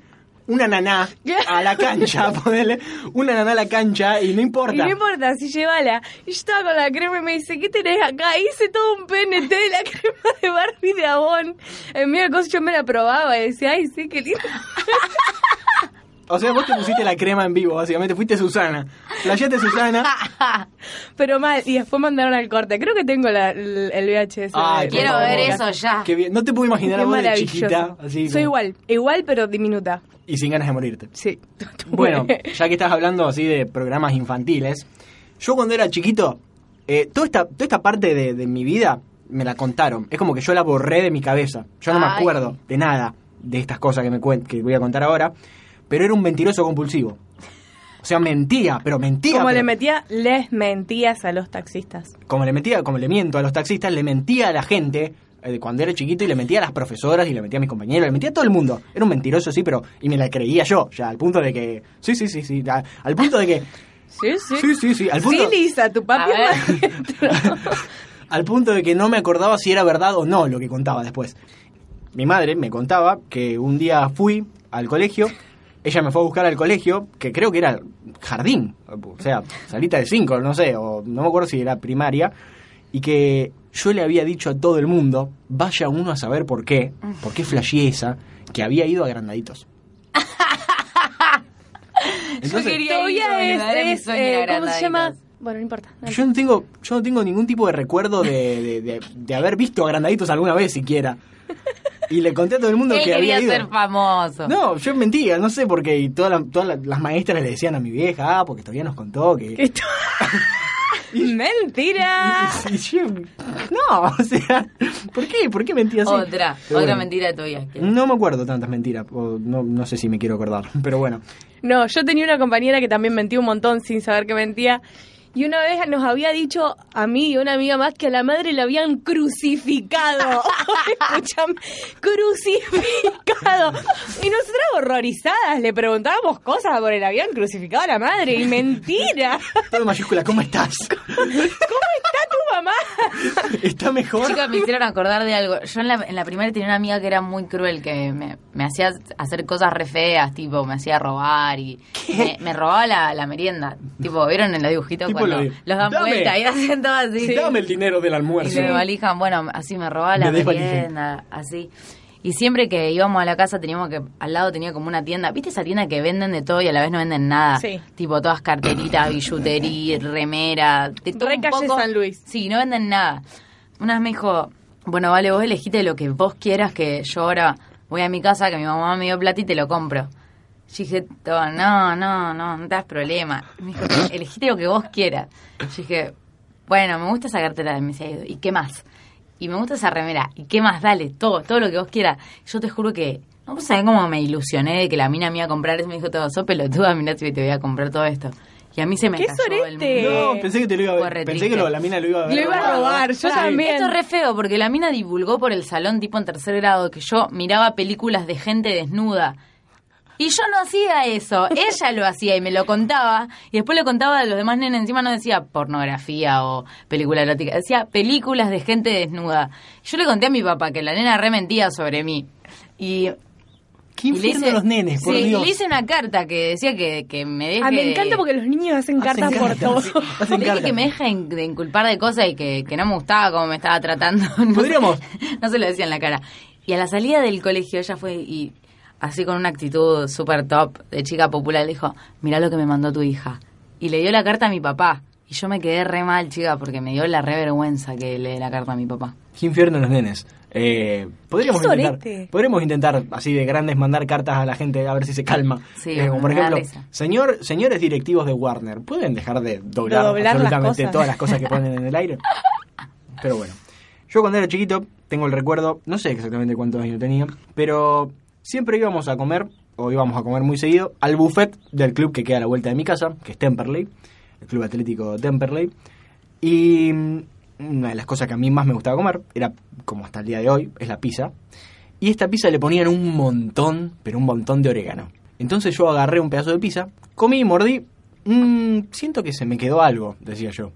[SPEAKER 3] una naná a la cancha, ponerle una naná a la cancha y no importa.
[SPEAKER 1] Y no importa, si llévala. Y yo estaba con la crema y me dice, ¿qué tenés acá? Hice todo un PNT de la crema de Barbie de Avon. En medio de cosas yo me la probaba y decía, ay, sí, qué lindo.
[SPEAKER 3] O sea, vos te pusiste la crema en vivo, básicamente. Fuiste Susana. Playaste Susana.
[SPEAKER 1] Pero mal, y después mandaron al corte. Creo que tengo la- el el VHS. de-
[SPEAKER 3] Ay, por
[SPEAKER 2] quiero
[SPEAKER 3] favor.
[SPEAKER 2] ver eso ya.
[SPEAKER 3] Qué bien. No te puedo imaginar
[SPEAKER 1] Qué
[SPEAKER 3] a vos de
[SPEAKER 1] maravilloso.
[SPEAKER 3] chiquita.
[SPEAKER 1] Soy
[SPEAKER 3] Así, como-
[SPEAKER 1] igual, igual pero diminuta.
[SPEAKER 3] Y sin ganas de morirte.
[SPEAKER 1] Sí.
[SPEAKER 3] Bueno, ya que estás hablando así de programas infantiles, yo cuando era chiquito, eh, toda, esta, toda esta parte de, de mi vida me la contaron. Es como que yo la borré de mi cabeza. Yo no me
[SPEAKER 2] Ay.
[SPEAKER 3] acuerdo de nada de estas cosas que, me cuen- que voy a contar ahora. Pero era un mentiroso compulsivo. O sea, mentía, pero mentía.
[SPEAKER 1] Como le
[SPEAKER 3] pero-
[SPEAKER 1] metía, les mentías a los taxistas.
[SPEAKER 3] como le mentía, como le miento a los taxistas, le mentía a la gente eh, cuando era chiquito y le mentía a las profesoras y le mentía a mis compañeros, le mentía a todo el mundo. Era un mentiroso, sí, pero y me la creía yo, ya al punto de que sí, sí, sí, sí, a- al punto de que
[SPEAKER 1] Sí, sí.
[SPEAKER 3] Sí, sí, sí, al punto-
[SPEAKER 1] Sí, Lisa, tu papi
[SPEAKER 2] A ver.
[SPEAKER 1] es maestro.
[SPEAKER 3] al punto de que no me acordaba si era verdad o no lo que contaba después. Mi madre me contaba que un día fui al colegio, Ella me fue a buscar al colegio, que creo que era jardín, o sea, salita de 5, no sé, o no me acuerdo si era primaria, y que yo le había dicho a todo el mundo, vaya uno a saber por qué, por qué flasheé esa, que había ido a Grandaditos. Entonces,
[SPEAKER 2] quería-
[SPEAKER 1] Todavía
[SPEAKER 2] Era mi
[SPEAKER 1] es, es,
[SPEAKER 2] sueño, era
[SPEAKER 1] eh, ¿cómo se
[SPEAKER 2] Grandaditos.
[SPEAKER 1] llama? Bueno, no importa. Dale.
[SPEAKER 3] yo no tengo, yo no tengo ningún tipo de recuerdo de, de- de- de haber visto a Grandaditos alguna vez siquiera. Y le conté a todo el mundo
[SPEAKER 2] Él
[SPEAKER 3] que
[SPEAKER 2] quería
[SPEAKER 3] había ido.
[SPEAKER 2] ser famoso.
[SPEAKER 3] No, yo mentía, no sé por qué. Y todas la- todas la- las maestras le decían a mi vieja, ah, porque todavía nos contó que.
[SPEAKER 1] Esto- ¡Mentira!
[SPEAKER 3] Y yo- no, o sea, ¿por qué? ¿Por qué mentía así?
[SPEAKER 2] Otra, otra
[SPEAKER 3] Pero bueno,
[SPEAKER 2] mentira tuya. que-
[SPEAKER 3] No me acuerdo tantas mentiras, o no, no sé si me quiero acordar, pero bueno.
[SPEAKER 1] No, yo tenía una compañera que también mentía un montón sin saber que mentía. Y una vez nos había dicho a mí y a una amiga más que a la madre la habían crucificado. Escuchame, crucificado. Y nosotras horrorizadas le preguntábamos cosas por el habían crucificado a la madre. Y mentira.
[SPEAKER 3] Todo en mayúscula, ¿cómo estás?
[SPEAKER 1] ¿Está tu mamá?
[SPEAKER 3] ¿Está mejor?
[SPEAKER 2] Chicas, me hicieron acordar de algo. Yo en la, en la primaria tenía una amiga que era muy cruel, que me, me hacía hacer cosas re feas, tipo, me hacía robar y me, me robaba la, la merienda. Tipo, ¿vieron en los dibujitos
[SPEAKER 3] Tipo
[SPEAKER 2] cuando
[SPEAKER 3] lo de,
[SPEAKER 2] los dan
[SPEAKER 3] "Dame".
[SPEAKER 2] vuelta y hacen todo así?
[SPEAKER 3] Dame el dinero del
[SPEAKER 2] Y
[SPEAKER 3] almuerzo.
[SPEAKER 2] me valijan, bueno, así me robaba la
[SPEAKER 3] Me desvalijan.
[SPEAKER 2] merienda, así. Y siempre que íbamos a la casa teníamos que, al lado tenía como una tienda, ¿viste esa tienda que venden de todo y a la vez no venden nada?
[SPEAKER 1] Sí.
[SPEAKER 2] Tipo todas carteritas, billutería, remera, de todo
[SPEAKER 1] Re
[SPEAKER 2] un
[SPEAKER 1] calle
[SPEAKER 2] poco.
[SPEAKER 1] San Luis.
[SPEAKER 2] Sí, no venden nada. Una vez me dijo, bueno, vale, vos elegiste lo que vos quieras que yo ahora voy a mi casa, que mi mamá me dio plata y te lo compro. Yo dije, "To- no, no, no, no te das problema. Me dijo, elegiste lo que vos quieras. Yo dije, bueno, me gusta esa cartera de Messi ¿y qué más? Y me gusta esa remera, ¿y qué más? Dale, todo, todo lo que vos quieras. Yo te juro que, no vos sabés cómo me ilusioné de que la mina me iba a comprar eso. Me dijo todo, sos pelotuda, mirá si te voy a comprar todo esto. Y a mí se me
[SPEAKER 1] ¡Qué
[SPEAKER 2] cayó el
[SPEAKER 1] sorete!
[SPEAKER 2] mundo.
[SPEAKER 3] No, pensé que te lo iba a
[SPEAKER 2] Fue re
[SPEAKER 3] ver. Pensé
[SPEAKER 2] triste.
[SPEAKER 3] que lo- la mina lo iba a ver.
[SPEAKER 1] Lo iba a robar, yo
[SPEAKER 3] Sí.
[SPEAKER 1] también.
[SPEAKER 2] Esto es re feo, porque la mina divulgó por el salón, tipo en tercer grado, que yo miraba películas de gente desnuda. Y yo no hacía eso, ella lo hacía y me lo contaba, y después le contaba a los demás nenes, encima no decía pornografía o película erótica, decía películas de gente desnuda. Yo le conté a mi papá que la nena re mentía sobre mí. Y,
[SPEAKER 3] ¿Qué
[SPEAKER 2] y le
[SPEAKER 3] infierno
[SPEAKER 2] hice,
[SPEAKER 3] los nenes, por
[SPEAKER 2] sí,
[SPEAKER 3] Dios?
[SPEAKER 2] le hice una carta que decía que, que me deje...
[SPEAKER 1] Ah, me encanta porque los niños hacen
[SPEAKER 3] Hacen
[SPEAKER 1] cartas por todo.
[SPEAKER 3] cartas, sí, hacen
[SPEAKER 2] Le dije
[SPEAKER 3] cartas.
[SPEAKER 2] que me deja in- de inculpar de cosas y que, que no me gustaba cómo me estaba tratando. No
[SPEAKER 3] Podríamos.
[SPEAKER 2] Se, no se lo decía en la cara. Y a la salida del colegio ella fue y así con una actitud súper top de chica popular le dijo, mirá lo que me mandó tu hija. Y le dio la carta a mi papá. Y yo me quedé re mal, chica, porque me dio la revergüenza que le dé la carta a mi papá.
[SPEAKER 3] Qué infierno los nenes. Eh, podríamos,
[SPEAKER 1] Qué
[SPEAKER 3] intentar,
[SPEAKER 1] sorete.
[SPEAKER 3] podríamos intentar, así de grandes, mandar cartas a la gente a ver si se calma.
[SPEAKER 2] Sí,
[SPEAKER 3] Eh, como por
[SPEAKER 2] me da
[SPEAKER 3] ejemplo,
[SPEAKER 2] risa.
[SPEAKER 3] señor, señores directivos de Warner, ¿pueden dejar de doblar,
[SPEAKER 1] doblar las
[SPEAKER 3] absolutamente
[SPEAKER 1] cosas.
[SPEAKER 3] todas las cosas que ponen en el aire? Pero bueno, yo cuando era chiquito, tengo el recuerdo, no sé exactamente cuántos años tenía, pero siempre íbamos a comer, o íbamos a comer muy seguido, al buffet del club que queda a la vuelta de mi casa, que es Temperley, el Club Atlético Temperley. Y mm, una de las cosas que a mí más me gustaba comer, era como hasta el día de hoy, es la pizza. Y esta pizza le ponían un montón, pero un montón de orégano. Entonces yo agarré un pedazo de pizza, comí, mordí. "Mm, siento que se me quedó algo, decía yo.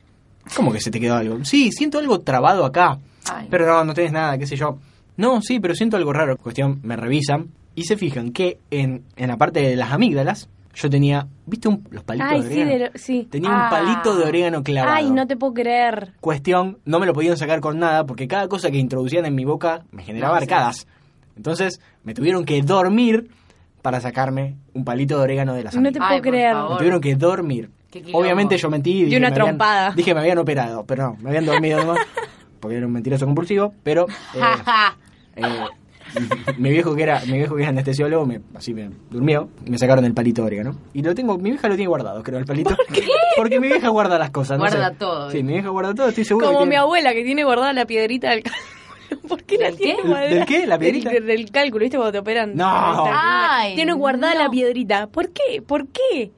[SPEAKER 3] ¿Cómo que se te quedó algo? Sí, siento algo trabado acá.
[SPEAKER 2] Ay.
[SPEAKER 3] Pero no, no tenés nada, qué sé yo. No, sí, pero siento algo raro. Cuestión, me revisan y se fijan que en, en la parte de las amígdalas yo tenía, ¿viste un- los palitos
[SPEAKER 1] Ay,
[SPEAKER 3] de
[SPEAKER 1] sí,
[SPEAKER 3] orégano?
[SPEAKER 1] de lo- sí.
[SPEAKER 3] Tenía
[SPEAKER 2] Ah.
[SPEAKER 3] un palito de orégano clavado.
[SPEAKER 1] Ay, no te puedo creer.
[SPEAKER 3] Cuestión, no me lo podían sacar con nada porque cada cosa que introducían en mi boca me
[SPEAKER 2] No,
[SPEAKER 3] generaba
[SPEAKER 2] sí.
[SPEAKER 3] arcadas. Entonces me tuvieron que dormir para sacarme un palito de orégano de la
[SPEAKER 1] No te
[SPEAKER 3] amígdalas.
[SPEAKER 2] Ay,
[SPEAKER 1] puedo
[SPEAKER 2] por
[SPEAKER 1] creer.
[SPEAKER 2] favor.
[SPEAKER 3] Me tuvieron que dormir.
[SPEAKER 2] Qué quilombo.
[SPEAKER 3] Obviamente yo mentí. dije
[SPEAKER 1] una
[SPEAKER 3] me habían-
[SPEAKER 1] trompada.
[SPEAKER 3] dije me habían operado, pero no, me habían dormido nomás porque era un mentiroso compulsivo, pero... eh, eh, mi viejo que era mi viejo que era anestesiólogo me, así me durmió me sacaron el palito de orégano y lo tengo mi vieja lo tiene guardado creo el palito porque mi vieja guarda las cosas no
[SPEAKER 2] Guarda
[SPEAKER 3] sé.
[SPEAKER 2] todo,
[SPEAKER 3] sí
[SPEAKER 2] ¿viste?
[SPEAKER 3] mi vieja guarda todo estoy seguro que
[SPEAKER 1] Como mi
[SPEAKER 3] tiene-
[SPEAKER 1] abuela que tiene guardada la piedrita del cálculo. ¿Por qué la
[SPEAKER 2] ¿Del
[SPEAKER 1] tiene
[SPEAKER 2] qué?
[SPEAKER 1] guardada?
[SPEAKER 3] ¿Del qué? ¿La piedrita?
[SPEAKER 1] Del, del cálculo, ¿viste? Cuando te operan.
[SPEAKER 3] No.
[SPEAKER 1] Ahí está.
[SPEAKER 2] Ay,
[SPEAKER 1] tiene guardada
[SPEAKER 2] no.
[SPEAKER 1] la piedrita. ¿Por qué? ¿Por qué?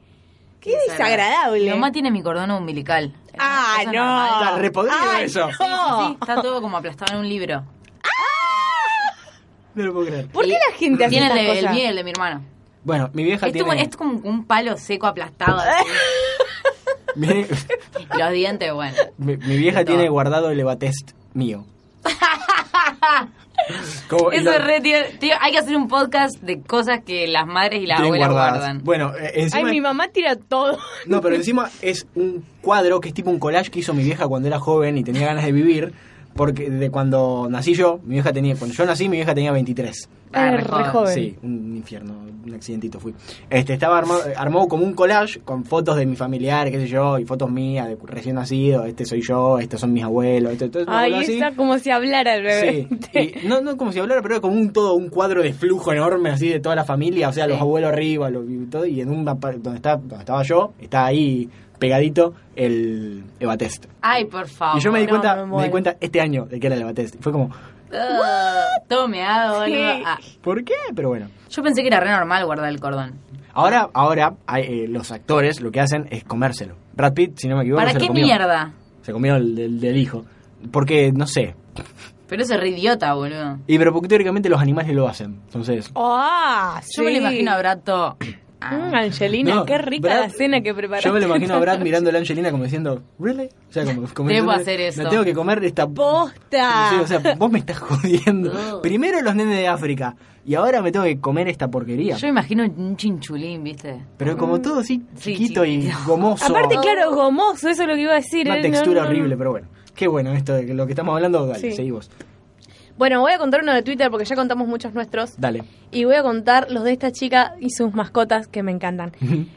[SPEAKER 1] Qué
[SPEAKER 2] Mi
[SPEAKER 1] desagradable.
[SPEAKER 2] mamá tiene mi cordón umbilical.
[SPEAKER 1] Ah,
[SPEAKER 2] Eso es normal.
[SPEAKER 1] no.
[SPEAKER 3] Está repodrido
[SPEAKER 1] Ay,
[SPEAKER 3] eso.
[SPEAKER 2] Sí, sí, sí,
[SPEAKER 1] no.
[SPEAKER 2] está todo como aplastado en un libro.
[SPEAKER 3] no lo puedo creer
[SPEAKER 1] ¿Por qué la gente hace
[SPEAKER 2] Tiene el,
[SPEAKER 1] estas
[SPEAKER 2] de- el
[SPEAKER 1] cosas?
[SPEAKER 2] mío y el de mi hermano.
[SPEAKER 3] bueno mi vieja
[SPEAKER 2] Es como,
[SPEAKER 3] tiene
[SPEAKER 2] es como un palo seco aplastado. así.
[SPEAKER 3] mi,
[SPEAKER 2] Y Los dientes, bueno.
[SPEAKER 3] mi- mi vieja
[SPEAKER 2] Todo.
[SPEAKER 3] tiene guardado el evatest mío Como- y
[SPEAKER 2] Eso
[SPEAKER 3] lo-
[SPEAKER 2] es re tío, Tío, Hay que hacer un podcast de cosas que las madres y las
[SPEAKER 3] tienen
[SPEAKER 2] abuelas
[SPEAKER 3] guardadas.
[SPEAKER 2] guardan.
[SPEAKER 4] Bueno, eh,
[SPEAKER 1] Ay,
[SPEAKER 4] encima.
[SPEAKER 1] mi mamá tira todo.
[SPEAKER 4] no, pero encima
[SPEAKER 3] es un cuadro que es tipo un collage que hizo mi vieja cuando era joven y tenía ganas de vivir. Porque de cuando nací yo, mi vieja tenía. Cuando yo nací, mi vieja tenía 23.
[SPEAKER 2] Ah,
[SPEAKER 1] Ay,
[SPEAKER 2] re
[SPEAKER 1] re
[SPEAKER 2] joven.
[SPEAKER 1] joven.
[SPEAKER 3] Sí, un infierno, un accidentito fui. Este, estaba armado, armado como un collage con fotos de mi familiar, qué sé yo, y fotos mías de recién nacido, este soy yo, estos son mis abuelos, este, esto, esto, una
[SPEAKER 1] Ay,
[SPEAKER 3] bola así.
[SPEAKER 1] está como si hablara el bebé.
[SPEAKER 3] Sí, y no, no como si hablara, pero era como un todo, un cuadro de flujo enorme así de toda la familia, o sea, los
[SPEAKER 2] Sí.
[SPEAKER 3] abuelos arriba, los- y todo, y en una par- donde está, donde estaba yo, está ahí pegadito el Evatest.
[SPEAKER 2] Ay, por favor.
[SPEAKER 3] y yo me di
[SPEAKER 1] no,
[SPEAKER 3] cuenta,
[SPEAKER 1] me
[SPEAKER 3] me, di
[SPEAKER 1] muero.
[SPEAKER 3] cuenta este año de que era el Evatest. Fue como,
[SPEAKER 2] Ah, Todo meado, boludo.
[SPEAKER 1] Sí.
[SPEAKER 2] Ah,
[SPEAKER 3] ¿por qué? Pero bueno.
[SPEAKER 2] yo pensé que era re normal guardar el cordón.
[SPEAKER 3] Ahora, ahora hay, eh, los actores lo que hacen es comérselo. Brad Pitt, si no me equivoco,
[SPEAKER 2] ¿Para
[SPEAKER 3] se lo
[SPEAKER 2] qué
[SPEAKER 3] comió.
[SPEAKER 2] mierda?
[SPEAKER 3] Se comió el del, del hijo. Porque, no sé.
[SPEAKER 2] Pero eso es re idiota, boludo.
[SPEAKER 3] Y pero porque teóricamente los animales lo hacen. Entonces.
[SPEAKER 1] Ah,
[SPEAKER 2] Yo me lo
[SPEAKER 1] sí.
[SPEAKER 2] imagino a Brato. Ah,
[SPEAKER 1] Mm, Angelina,
[SPEAKER 3] No,
[SPEAKER 1] qué rica
[SPEAKER 3] Brad-
[SPEAKER 1] la cena que preparaste.
[SPEAKER 3] Yo me lo imagino a Brad mirando a la Angelina como diciendo, ¿really? O sea, como, como
[SPEAKER 2] Debo
[SPEAKER 3] diciendo,
[SPEAKER 2] hacer
[SPEAKER 3] "Me
[SPEAKER 2] esto".
[SPEAKER 3] tengo que comer esta
[SPEAKER 1] ¡Posta!
[SPEAKER 3] Sí, o sea, vos me estás jodiendo.
[SPEAKER 2] Ugh.
[SPEAKER 3] Primero los nenes de África. Y ahora me tengo que comer esta porquería.
[SPEAKER 2] Yo me imagino un chinchulín, ¿viste?
[SPEAKER 3] Pero como todo así,
[SPEAKER 2] Sí,
[SPEAKER 3] chiquito y
[SPEAKER 2] chiquito.
[SPEAKER 3] gomoso.
[SPEAKER 1] Aparte, claro, es gomoso, eso es lo que iba a decir.
[SPEAKER 3] Una
[SPEAKER 1] eh, no,
[SPEAKER 3] textura
[SPEAKER 1] no, no.
[SPEAKER 3] horrible, pero bueno. Qué bueno esto de lo que estamos hablando. Dale,
[SPEAKER 1] Sí.
[SPEAKER 3] seguí vos.
[SPEAKER 1] Bueno, voy a contar uno de Twitter porque ya contamos muchos nuestros.
[SPEAKER 3] Dale.
[SPEAKER 1] Y voy a contar los de esta chica y sus mascotas que me encantan.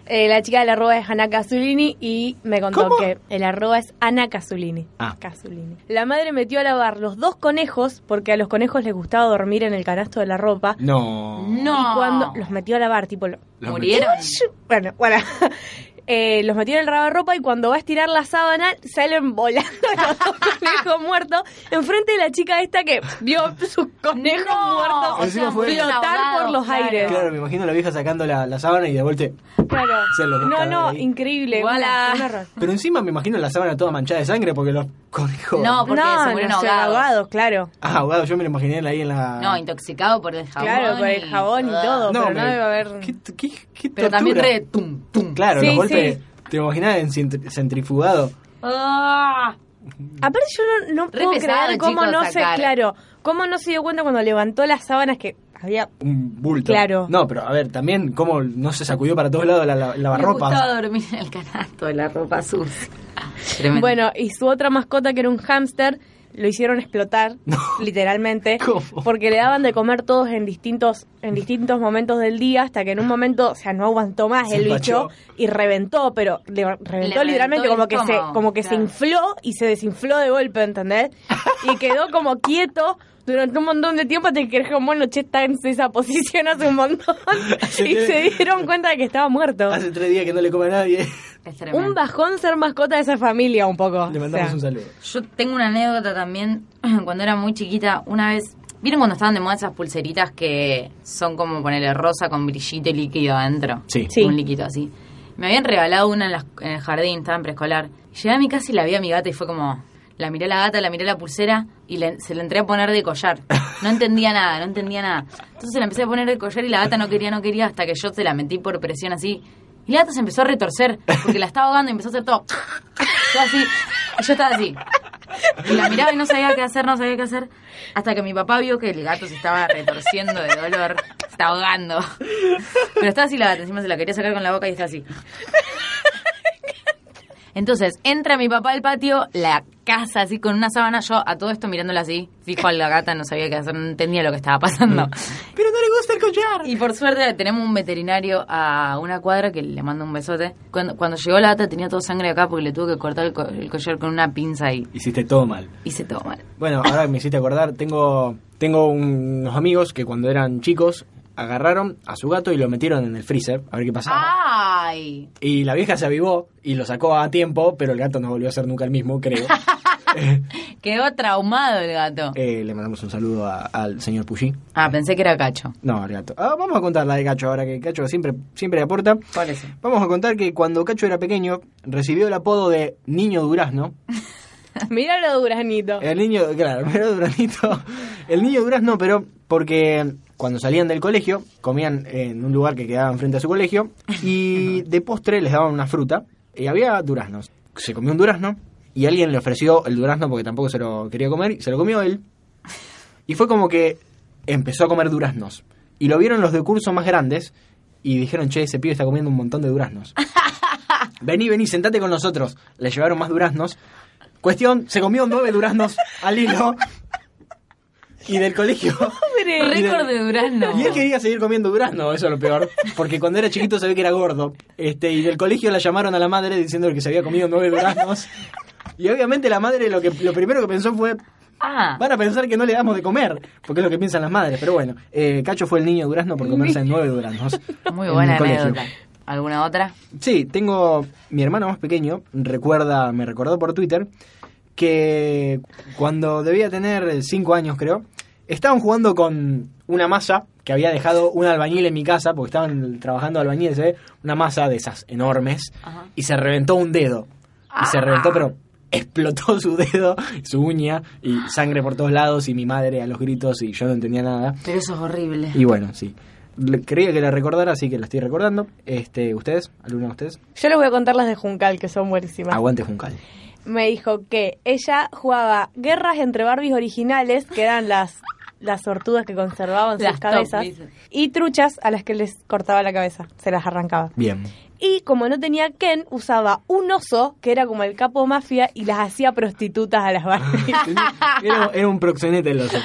[SPEAKER 1] Eh, la chica de la arroba es Ana Casulini y me contó
[SPEAKER 3] ¿Cómo?
[SPEAKER 1] que el arroba es Ana Casulini.
[SPEAKER 3] Ah.
[SPEAKER 1] Casulini. La madre metió a lavar los dos conejos porque a los conejos les gustaba dormir en el canasto de la ropa.
[SPEAKER 3] No.
[SPEAKER 2] No.
[SPEAKER 1] Y cuando los metió a lavar, tipo, lo-
[SPEAKER 3] Los
[SPEAKER 2] ¿Murieron?
[SPEAKER 1] bueno, bueno. Eh, los metió en el lavarropa y cuando va a estirar la sábana salen volando los dos conejos muertos enfrente de la chica esta que vio sus conejos
[SPEAKER 2] No.
[SPEAKER 1] muertos
[SPEAKER 3] Encima fue-
[SPEAKER 1] flotar por los
[SPEAKER 2] Claro.
[SPEAKER 1] aires.
[SPEAKER 3] Claro, me imagino a la vieja sacando la, la sábana y de vuelta.
[SPEAKER 1] Claro.
[SPEAKER 3] Se los
[SPEAKER 1] No,
[SPEAKER 3] buscaba
[SPEAKER 1] no,
[SPEAKER 3] ahí.
[SPEAKER 1] increíble.
[SPEAKER 2] Igual a-
[SPEAKER 1] un error.
[SPEAKER 3] Pero encima me imagino la sábana toda manchada de sangre porque los conejos.
[SPEAKER 2] No, porque
[SPEAKER 1] no,
[SPEAKER 2] se murieron
[SPEAKER 1] no, se
[SPEAKER 2] ahogados.
[SPEAKER 1] claro.
[SPEAKER 3] Ah, ahogado, yo me lo imaginé ahí en la.
[SPEAKER 2] No, intoxicado por el jabón.
[SPEAKER 1] Claro, por el jabón y
[SPEAKER 2] Ah.
[SPEAKER 1] todo. pero no
[SPEAKER 3] pero
[SPEAKER 1] debe haber-
[SPEAKER 3] ¿Qué, qué, qué
[SPEAKER 2] Pero
[SPEAKER 3] tortura.
[SPEAKER 2] también re tum, tum.
[SPEAKER 3] Claro,
[SPEAKER 1] Sí,
[SPEAKER 3] los golpes.
[SPEAKER 1] sí.
[SPEAKER 3] ¿Te imaginas en centri- centrifugado?
[SPEAKER 2] Ah.
[SPEAKER 1] Aparte yo no, no
[SPEAKER 2] Re
[SPEAKER 1] puedo
[SPEAKER 2] pesado,
[SPEAKER 1] creer cómo
[SPEAKER 2] chicos,
[SPEAKER 1] no
[SPEAKER 2] sacar.
[SPEAKER 1] se, claro, cómo no se dio cuenta cuando levantó las sábanas que había
[SPEAKER 3] Un bulto.
[SPEAKER 1] Claro.
[SPEAKER 3] No, pero a ver, también cómo no se sacudió para todos lados la, la,
[SPEAKER 2] Me gustaba
[SPEAKER 3] lavarropa.
[SPEAKER 2] dormir en el canasto de la ropa sucia. Tremendo.
[SPEAKER 1] Bueno, y su otra mascota, que era un hámster, lo hicieron explotar, literalmente,
[SPEAKER 3] ¿Cómo?
[SPEAKER 1] porque le daban de comer todos en distintos, en distintos momentos del día, hasta que en un momento, o sea, no aguantó más
[SPEAKER 3] Se
[SPEAKER 1] el
[SPEAKER 3] empachó.
[SPEAKER 1] bicho y reventó, pero le reventó
[SPEAKER 2] reventó
[SPEAKER 1] literalmente
[SPEAKER 2] el
[SPEAKER 1] como que se,
[SPEAKER 2] estómago,
[SPEAKER 1] como que se
[SPEAKER 2] claro.
[SPEAKER 1] infló y se desinfló de golpe, ¿entendés? Y quedó como quieto. Durante un montón de tiempo hasta que dijeron, bueno, che, está en esa posición hace un montón. y se dieron cuenta de que estaba muerto.
[SPEAKER 3] Hace tres días que no le come a nadie.
[SPEAKER 2] Es tremendo.
[SPEAKER 1] Un bajón ser mascota de esa familia un poco.
[SPEAKER 3] Le
[SPEAKER 1] o
[SPEAKER 3] mandamos
[SPEAKER 1] sea.
[SPEAKER 3] un saludo.
[SPEAKER 2] Yo tengo una anécdota también, cuando era muy chiquita, una vez, ¿vieron cuando estaban de moda esas pulseritas que son como ponerle rosa con brillito y líquido adentro?
[SPEAKER 3] Sí.
[SPEAKER 1] Sí.
[SPEAKER 2] Un líquido así. Me habían regalado una en, las- en el jardín, estaba en preescolar. Llegué a mi casa y la vi a mi gata y fue como, la miré a la gata, la miré a la pulsera y le- se la entré a poner de collar. No entendía nada, no entendía nada. Entonces se la empecé a poner de collar y la gata no quería, no quería, hasta que yo se la metí por presión así. Y la gata se empezó a retorcer porque la estaba ahogando y empezó a hacer todo. Yo así, y yo estaba así. Y la miraba y no sabía qué hacer, no sabía qué hacer. Hasta que mi papá vio que el gato se estaba retorciendo de dolor. Se estaba ahogando. Pero estaba así la gata, encima se la quería sacar con la boca y está así. Entonces, entra mi papá al patio, la casa así con una sábana, yo a todo esto mirándola así, fijo a la gata, no sabía qué hacer, no entendía lo que estaba pasando.
[SPEAKER 3] Pero no le gusta el collar.
[SPEAKER 2] Y por suerte tenemos un veterinario a una cuadra que le mando un besote. Cuando, cuando llegó la gata tenía toda sangre acá porque le tuve que cortar el, co- el collar con una pinza y
[SPEAKER 3] Hiciste todo mal.
[SPEAKER 2] hice todo mal.
[SPEAKER 3] Bueno, ahora que me hiciste acordar, tengo, tengo un- unos amigos que cuando eran chicos agarraron a su gato y lo metieron en el freezer, a ver qué pasaba.
[SPEAKER 2] ¡Ay!
[SPEAKER 3] Y la vieja se avivó y lo sacó a tiempo, pero el gato no volvió a ser nunca el mismo, creo.
[SPEAKER 2] Quedó traumado el gato.
[SPEAKER 3] Eh, le mandamos un saludo a- al señor Puyi.
[SPEAKER 2] Ah, pensé que era cacho.
[SPEAKER 3] No, al gato. Ah, vamos a contar la de Cacho ahora, que Cacho siempre, siempre aporta.
[SPEAKER 2] Por eso.
[SPEAKER 3] Vamos a contar que cuando Cacho era pequeño, recibió el apodo de Niño Durazno.
[SPEAKER 1] Mira lo duranito.
[SPEAKER 3] El niño, claro, pero Duranito. El niño Durazno, pero porque cuando salían del colegio, comían en un lugar que quedaba enfrente a su colegio y de postre les daban una fruta y había duraznos. Se comió un durazno y alguien le ofreció el durazno porque tampoco se lo quería comer y se lo comió él. Y fue como que empezó a comer duraznos. Y lo vieron los de curso más grandes y dijeron, che, ese pibe está comiendo un montón de duraznos. vení, vení, sentate con nosotros. Le llevaron más duraznos. Cuestión, se comió nueve duraznos al hilo. Y del colegio.
[SPEAKER 1] Pobre.
[SPEAKER 2] Récord de Durazno.
[SPEAKER 3] Eh, Y él quería seguir comiendo durazno, eso es lo peor. Porque cuando era chiquito se ve que era gordo. Este, y del colegio la llamaron a la madre diciendo que se había comido nueve duraznos. Y obviamente la madre lo, que, lo primero que pensó fue,
[SPEAKER 2] Ah,
[SPEAKER 3] van a pensar que no le damos de comer, porque es lo que piensan las madres. Pero bueno, eh, Cacho fue el niño durazno por comerse nueve duraznos.
[SPEAKER 2] muy
[SPEAKER 3] en
[SPEAKER 2] buena
[SPEAKER 3] el colegio.
[SPEAKER 2] anécdota. ¿Alguna otra?
[SPEAKER 3] Sí, tengo mi hermano más pequeño, recuerda, me recordó por Twitter que cuando debía tener 5 años, creo, estaban jugando con una masa que había dejado un albañil en mi casa, porque estaban trabajando albañiles, ¿eh? una masa de esas enormes,
[SPEAKER 2] Ajá.
[SPEAKER 3] y se reventó un dedo. Y se reventó, pero explotó su dedo, su uña, y sangre por todos lados, y mi madre a los gritos, y yo no entendía nada.
[SPEAKER 2] Pero eso es horrible.
[SPEAKER 3] Y bueno, sí. Le- Creía que la recordara, así que la estoy recordando. Este, ¿Ustedes? ¿Alguno de ustedes?
[SPEAKER 1] Yo les voy a contar las de Juncal, que son buenísimas.
[SPEAKER 3] Aguante Juncal.
[SPEAKER 1] me dijo que ella jugaba guerras entre Barbies originales, que eran las las tortugas que conservaban
[SPEAKER 2] Las
[SPEAKER 1] sus
[SPEAKER 2] top,
[SPEAKER 1] cabezas,
[SPEAKER 2] dice.
[SPEAKER 1] y truchas a las que les cortaba la cabeza, se las arrancaba.
[SPEAKER 3] Bien.
[SPEAKER 1] Y como no tenía Ken, usaba un oso, que era como el capo mafia, y las hacía prostitutas a las Barbies.
[SPEAKER 3] Era, era un proxenete el oso.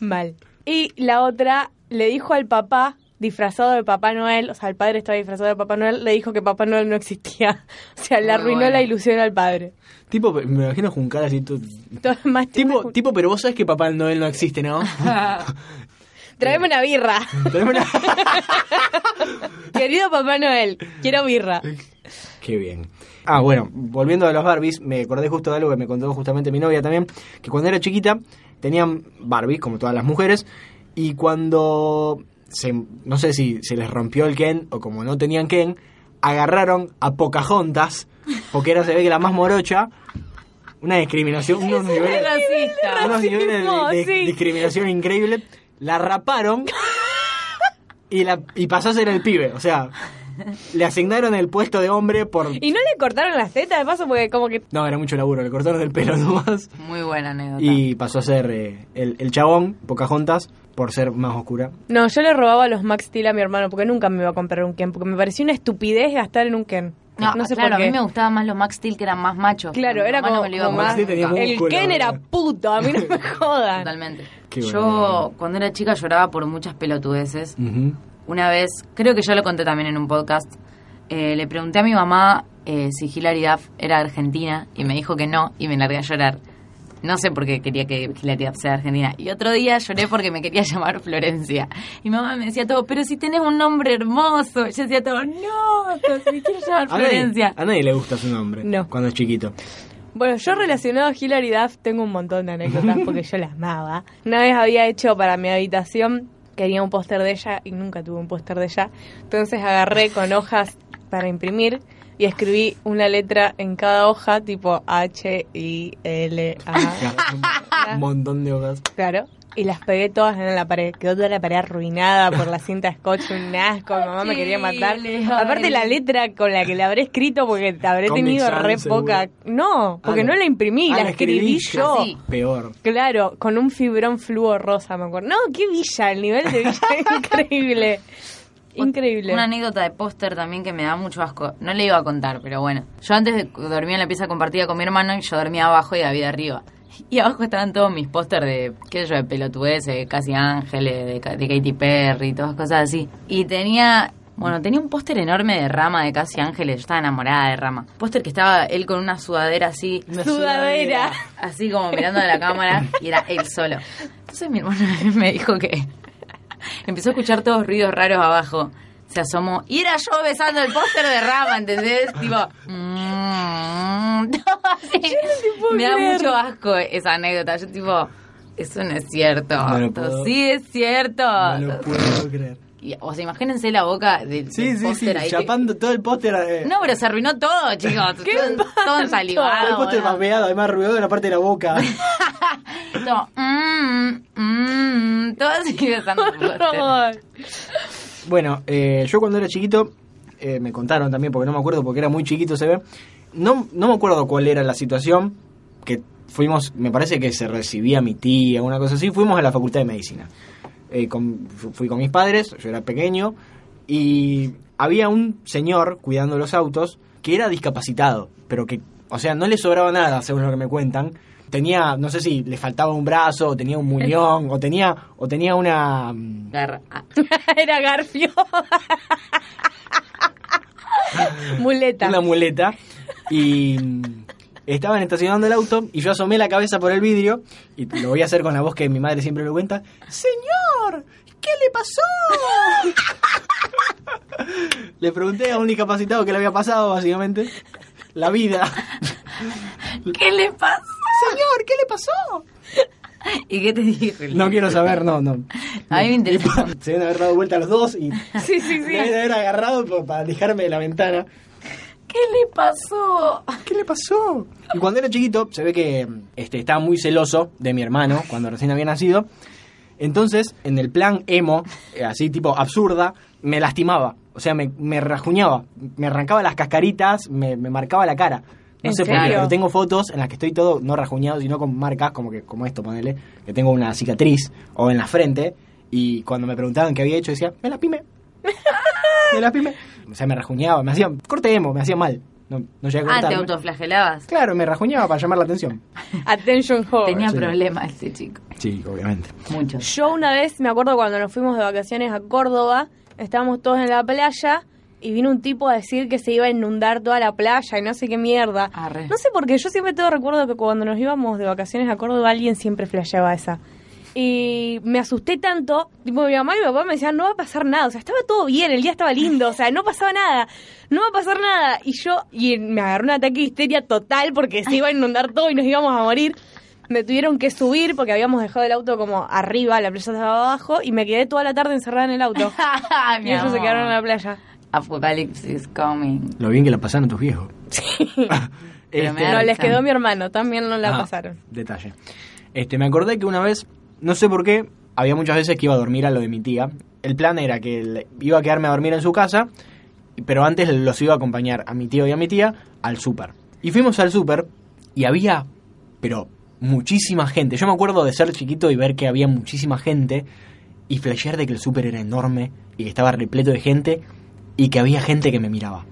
[SPEAKER 1] Mal. Y la otra le dijo al papá, disfrazado de Papá Noel, o sea, el padre estaba disfrazado de Papá Noel, le dijo que Papá Noel no existía. O sea,
[SPEAKER 3] Ah,
[SPEAKER 1] le
[SPEAKER 2] Muy
[SPEAKER 1] arruinó
[SPEAKER 2] buena.
[SPEAKER 1] la ilusión al padre.
[SPEAKER 3] Tipo, me imagino Juncal así. tú-
[SPEAKER 1] Todo más
[SPEAKER 3] Tipo, tipo, pero vos sabés que Papá Noel no existe, ¿no?
[SPEAKER 1] Traeme una birra.
[SPEAKER 3] Tenemos una-
[SPEAKER 1] Querido Papá Noel, quiero birra.
[SPEAKER 3] Qué bien. Ah, bueno, volviendo a los Barbies, me acordé justo de algo que me contó justamente mi novia también, que cuando era chiquita tenían Barbies, como todas las mujeres, y cuando, se, no sé si se les rompió el Ken o como no tenían Ken, agarraron a Pocahontas, porque era, se ve que la más morocha, una discriminación, unos niveles,
[SPEAKER 2] racista.
[SPEAKER 3] unos
[SPEAKER 1] racismo,
[SPEAKER 3] niveles de, de-
[SPEAKER 1] sí.
[SPEAKER 3] discriminación increíble, la raparon y, la, y pasó a ser el pibe, o sea... Le asignaron el puesto de hombre por,
[SPEAKER 1] ¿Y no le cortaron las tetas de paso? Porque como que...
[SPEAKER 3] no, era mucho laburo, le cortaron el pelo nomás.
[SPEAKER 2] Muy buena anécdota.
[SPEAKER 3] Y pasó a ser eh, el, el chabón, Pocahontas, por ser más oscura.
[SPEAKER 1] No, yo le robaba los Max Steel a mi hermano porque nunca me iba a comprar un Ken. Porque me pareció una estupidez gastar en un Ken.
[SPEAKER 2] No,
[SPEAKER 1] No, sé
[SPEAKER 2] claro,
[SPEAKER 1] por
[SPEAKER 2] a
[SPEAKER 1] qué.
[SPEAKER 2] mí me gustaban más los Max Steel que eran más machos.
[SPEAKER 1] Claro,
[SPEAKER 2] Mi
[SPEAKER 1] era
[SPEAKER 2] mamá
[SPEAKER 1] como,
[SPEAKER 2] no me lo iba a
[SPEAKER 1] como
[SPEAKER 2] comprar
[SPEAKER 3] Max
[SPEAKER 1] más-
[SPEAKER 3] Steel tenía
[SPEAKER 2] nunca.
[SPEAKER 1] El
[SPEAKER 3] músculo,
[SPEAKER 1] Ken era
[SPEAKER 3] boludo.
[SPEAKER 1] puto, a mí no me jodan.
[SPEAKER 2] Totalmente.
[SPEAKER 3] Qué
[SPEAKER 2] Yo,
[SPEAKER 3] bueno.
[SPEAKER 2] cuando era chica, lloraba por muchas pelotudeces. Una vez, creo que yo lo conté también en un podcast, eh, le pregunté a mi mamá eh, si Hilary Duff era argentina y me dijo que no y me largué a llorar. No sé por qué quería que Hilary Duff sea argentina. Y otro día lloré porque me quería llamar Florencia. Y mi mamá me decía todo, pero si tenés un nombre hermoso. Yo decía todo, no, pero si me quiero llamar
[SPEAKER 3] A, nadie,
[SPEAKER 2] Florencia.
[SPEAKER 3] a nadie le gusta su nombre
[SPEAKER 1] No.
[SPEAKER 3] cuando es chiquito.
[SPEAKER 1] Bueno, yo relacionado a Hilary Duff tengo un montón de anécdotas porque yo las amaba. Una vez había hecho para mi habitación, quería un póster de ella y nunca tuve un póster de ella. Entonces agarré con hojas para imprimir y escribí una letra en cada hoja, tipo H, I, L, A.
[SPEAKER 3] Un montón de hojas.
[SPEAKER 1] Claro. Y las pegué todas en la pared. Quedó toda la pared arruinada por la cinta de scotch, un asco. Mi mamá me quería matar.
[SPEAKER 2] Chile, ay.
[SPEAKER 1] Aparte, la letra con la que la habré escrito, porque te habré
[SPEAKER 3] Comic
[SPEAKER 1] tenido
[SPEAKER 3] Sans,
[SPEAKER 1] re
[SPEAKER 3] seguro.
[SPEAKER 1] poca. No, porque
[SPEAKER 3] Ah,
[SPEAKER 1] no la imprimí,
[SPEAKER 3] ah,
[SPEAKER 1] la escribí
[SPEAKER 3] escribiste.
[SPEAKER 1] yo.
[SPEAKER 2] Así.
[SPEAKER 3] Peor.
[SPEAKER 1] Claro, con un fibrón fluo rosa, me acuerdo. No, qué villa, el nivel de villa es increíble. Increíble.
[SPEAKER 2] Una anécdota de póster también que me da mucho asco. No le iba a contar, pero bueno. Yo antes de- dormía en la pieza compartida con mi hermano y yo dormía abajo y David arriba. Y abajo estaban todos mis póster de, qué sé yo, de pelotudez, de Casi Ángeles, de, Ca- de Katy Perry, todas cosas así. Y tenía, bueno, tenía un póster enorme de Rama de Casi Ángeles. Yo estaba enamorada de Rama. Póster que estaba él con una sudadera así,
[SPEAKER 1] Sudadera.
[SPEAKER 2] así como mirando a la cámara y era él solo. Entonces mi hermano me dijo que empezó a escuchar todos ruidos raros abajo. Se asomó y era yo besando el póster de Rama, ¿entendés? Tipo, mm, todo así.
[SPEAKER 1] puedo
[SPEAKER 2] Me da
[SPEAKER 1] creer.
[SPEAKER 2] mucho asco esa anécdota. Yo tipo, eso no es cierto.
[SPEAKER 3] No lo
[SPEAKER 2] Esto
[SPEAKER 3] puedo-
[SPEAKER 2] sí es cierto.
[SPEAKER 3] No
[SPEAKER 1] Ah.
[SPEAKER 3] lo puedo creer.
[SPEAKER 2] Y, o sea, imagínense la boca del,
[SPEAKER 3] Sí,
[SPEAKER 2] del
[SPEAKER 3] sí, sí.
[SPEAKER 2] póster ahí.
[SPEAKER 3] Chapando todo el póster. eh,
[SPEAKER 2] No, pero se arruinó todo, chicos.
[SPEAKER 1] ¿Qué
[SPEAKER 2] todo, todo ensalivado.
[SPEAKER 3] todo el póster
[SPEAKER 2] boludo.
[SPEAKER 3] mapeado, además ruido de la parte de la boca.
[SPEAKER 2] Todo, mm, mm, todo así besando el póster.
[SPEAKER 1] Horror.
[SPEAKER 3] Bueno, eh, yo cuando era chiquito, eh, me contaron también, porque no me acuerdo, porque era muy chiquito, se ve. No, no me acuerdo cuál era la situación que fuimos, me parece que se recibía mi tía, una cosa así, fuimos a la facultad de medicina. Eh, con- fu- fui con mis padres, yo era pequeño, y había un señor cuidando los autos que era discapacitado, pero que, o sea, no le sobraba nada, según lo que me cuentan. Tenía, no sé si le faltaba un brazo, o tenía un muñón, o tenía, o tenía una... mm,
[SPEAKER 2] Garra. Ah,
[SPEAKER 1] Era Garfio. Muleta.
[SPEAKER 3] una muleta y mm, estaban estacionando el auto y yo asomé la cabeza por el vidrio y lo voy a hacer con la voz que mi madre siempre lo cuenta. Señor, ¿qué le pasó? le pregunté a un discapacitado qué le había pasado básicamente. La vida.
[SPEAKER 2] ¿Qué le pasa?
[SPEAKER 3] Señor, ¿qué le pasó?
[SPEAKER 2] ¿Y qué te dijo? el-
[SPEAKER 3] No quiero saber, no, no.
[SPEAKER 2] A mí me interesa. Ah,
[SPEAKER 3] Y, pa, Se deben haber dado vuelta los dos y
[SPEAKER 1] Sí, sí,
[SPEAKER 3] me
[SPEAKER 1] sí.
[SPEAKER 3] deben haber agarrado pa- para alejarme de la ventana.
[SPEAKER 2] ¿Qué le pasó?
[SPEAKER 3] ¿Qué le pasó? Y cuando era chiquito, se ve que este, estaba muy celoso de mi hermano cuando recién había nacido. Entonces, en el plan emo, eh, así tipo absurda, me lastimaba. O sea, me, me rajuñaba. Me arrancaba las cascaritas, me, me marcaba la cara. No
[SPEAKER 1] ¿En
[SPEAKER 3] sé por qué,
[SPEAKER 2] serio?
[SPEAKER 3] pero tengo fotos en las que estoy todo, no rajuñado, sino con marcas, como que como esto, ponele, que tengo una cicatriz o en la frente. Y cuando me preguntaban qué había hecho, decía, me la pime. Me la pime. O sea, me rajuñaba, me hacía corte emo, me hacía mal. No, no llegué
[SPEAKER 2] Ah,
[SPEAKER 3] a
[SPEAKER 2] te
[SPEAKER 3] cortarme.
[SPEAKER 2] autoflagelabas.
[SPEAKER 3] Claro, me rajuñaba para llamar la atención.
[SPEAKER 1] Attention whore.
[SPEAKER 2] Tenía
[SPEAKER 3] sí.
[SPEAKER 2] problemas ese chico.
[SPEAKER 3] Sí, obviamente.
[SPEAKER 2] Muchos.
[SPEAKER 1] Yo una vez, me acuerdo cuando nos fuimos de vacaciones a Córdoba, estábamos todos en la playa y vino un tipo a decir que se iba a inundar toda la playa y no sé qué mierda.
[SPEAKER 2] Arre.
[SPEAKER 1] No sé por qué, yo siempre tengo recuerdo que cuando nos íbamos de vacaciones a Córdoba alguien siempre flasheaba esa. Y me asusté tanto, tipo mi mamá y mi papá me decían, no va a pasar nada, o sea, estaba todo bien, el día estaba lindo, o sea, no pasaba nada, no va a pasar nada. Y yo, y me agarró un ataque de histeria total porque se iba a inundar todo y nos íbamos a morir. Me tuvieron que subir porque habíamos dejado el auto como arriba, la playa estaba abajo, y me quedé toda la tarde encerrada en el auto.
[SPEAKER 2] Mi
[SPEAKER 1] y ellos se
[SPEAKER 2] amor.
[SPEAKER 1] quedaron en la playa.
[SPEAKER 2] Apocalypse is coming.
[SPEAKER 3] Lo bien que la pasaron tus viejos. Sí.
[SPEAKER 2] Pero me da
[SPEAKER 1] No, les
[SPEAKER 2] risa.
[SPEAKER 1] quedó mi hermano, también no la
[SPEAKER 3] Ah,
[SPEAKER 1] pasaron.
[SPEAKER 3] Detalle. Este, me acordé que una vez, no sé por qué, había muchas veces que iba a dormir a lo de mi tía. El plan era que le- iba a quedarme a dormir en su casa, pero antes los iba a acompañar a mi tío y a mi tía al súper. Y fuimos al súper y había, pero muchísima gente. Yo me acuerdo de ser chiquito y ver que había muchísima gente y flashear de que el súper era enorme y que estaba repleto de gente y que había gente que me miraba.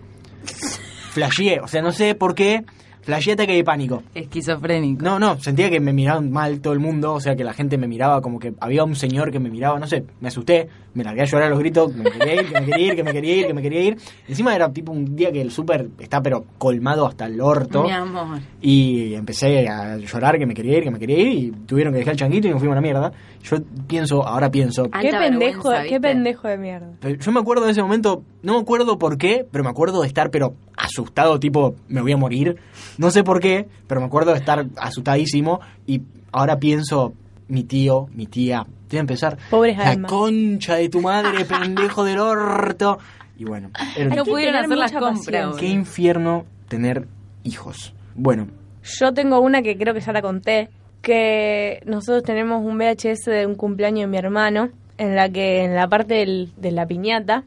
[SPEAKER 3] Flasheé, o sea, no sé por qué, flasheé ataque de pánico.
[SPEAKER 2] Esquizofrénico.
[SPEAKER 3] No, no, sentía que me miraban mal todo el mundo, o sea que la gente me miraba como que había un señor que me miraba, no sé, me asusté, me largué a llorar a los gritos, que me quería ir, que me quería ir, que me quería ir, que me quería ir. Encima era tipo un día que el súper está pero colmado hasta el orto
[SPEAKER 2] Mi amor.
[SPEAKER 3] y empecé a llorar que me quería ir, que me quería ir y tuvieron que dejar el changuito y nos fuimos a la mierda. Yo pienso, ahora pienso,
[SPEAKER 2] Alta
[SPEAKER 1] Qué pendejo,
[SPEAKER 2] vergüenza,
[SPEAKER 1] qué
[SPEAKER 2] ¿viste?
[SPEAKER 1] pendejo de mierda.
[SPEAKER 3] pero Yo me acuerdo de ese momento, no me acuerdo por qué, pero me acuerdo de estar pero asustado, tipo, me voy a morir. No sé por qué, pero me acuerdo de estar asustadísimo y ahora pienso, mi tío, mi tía, voy a empezar.
[SPEAKER 1] Pobres
[SPEAKER 3] la
[SPEAKER 1] almas.
[SPEAKER 3] concha de tu madre, pendejo del orto. Y bueno, era un-
[SPEAKER 2] No
[SPEAKER 1] que
[SPEAKER 2] pudieron
[SPEAKER 1] tener
[SPEAKER 2] hacer las
[SPEAKER 1] mucha
[SPEAKER 2] compras.
[SPEAKER 1] paciencia.
[SPEAKER 3] qué infierno tener hijos. Bueno,
[SPEAKER 1] Yo tengo una que creo que ya la conté, que nosotros tenemos un VHS de un cumpleaños de mi hermano, en la que en la parte del- de la piñata,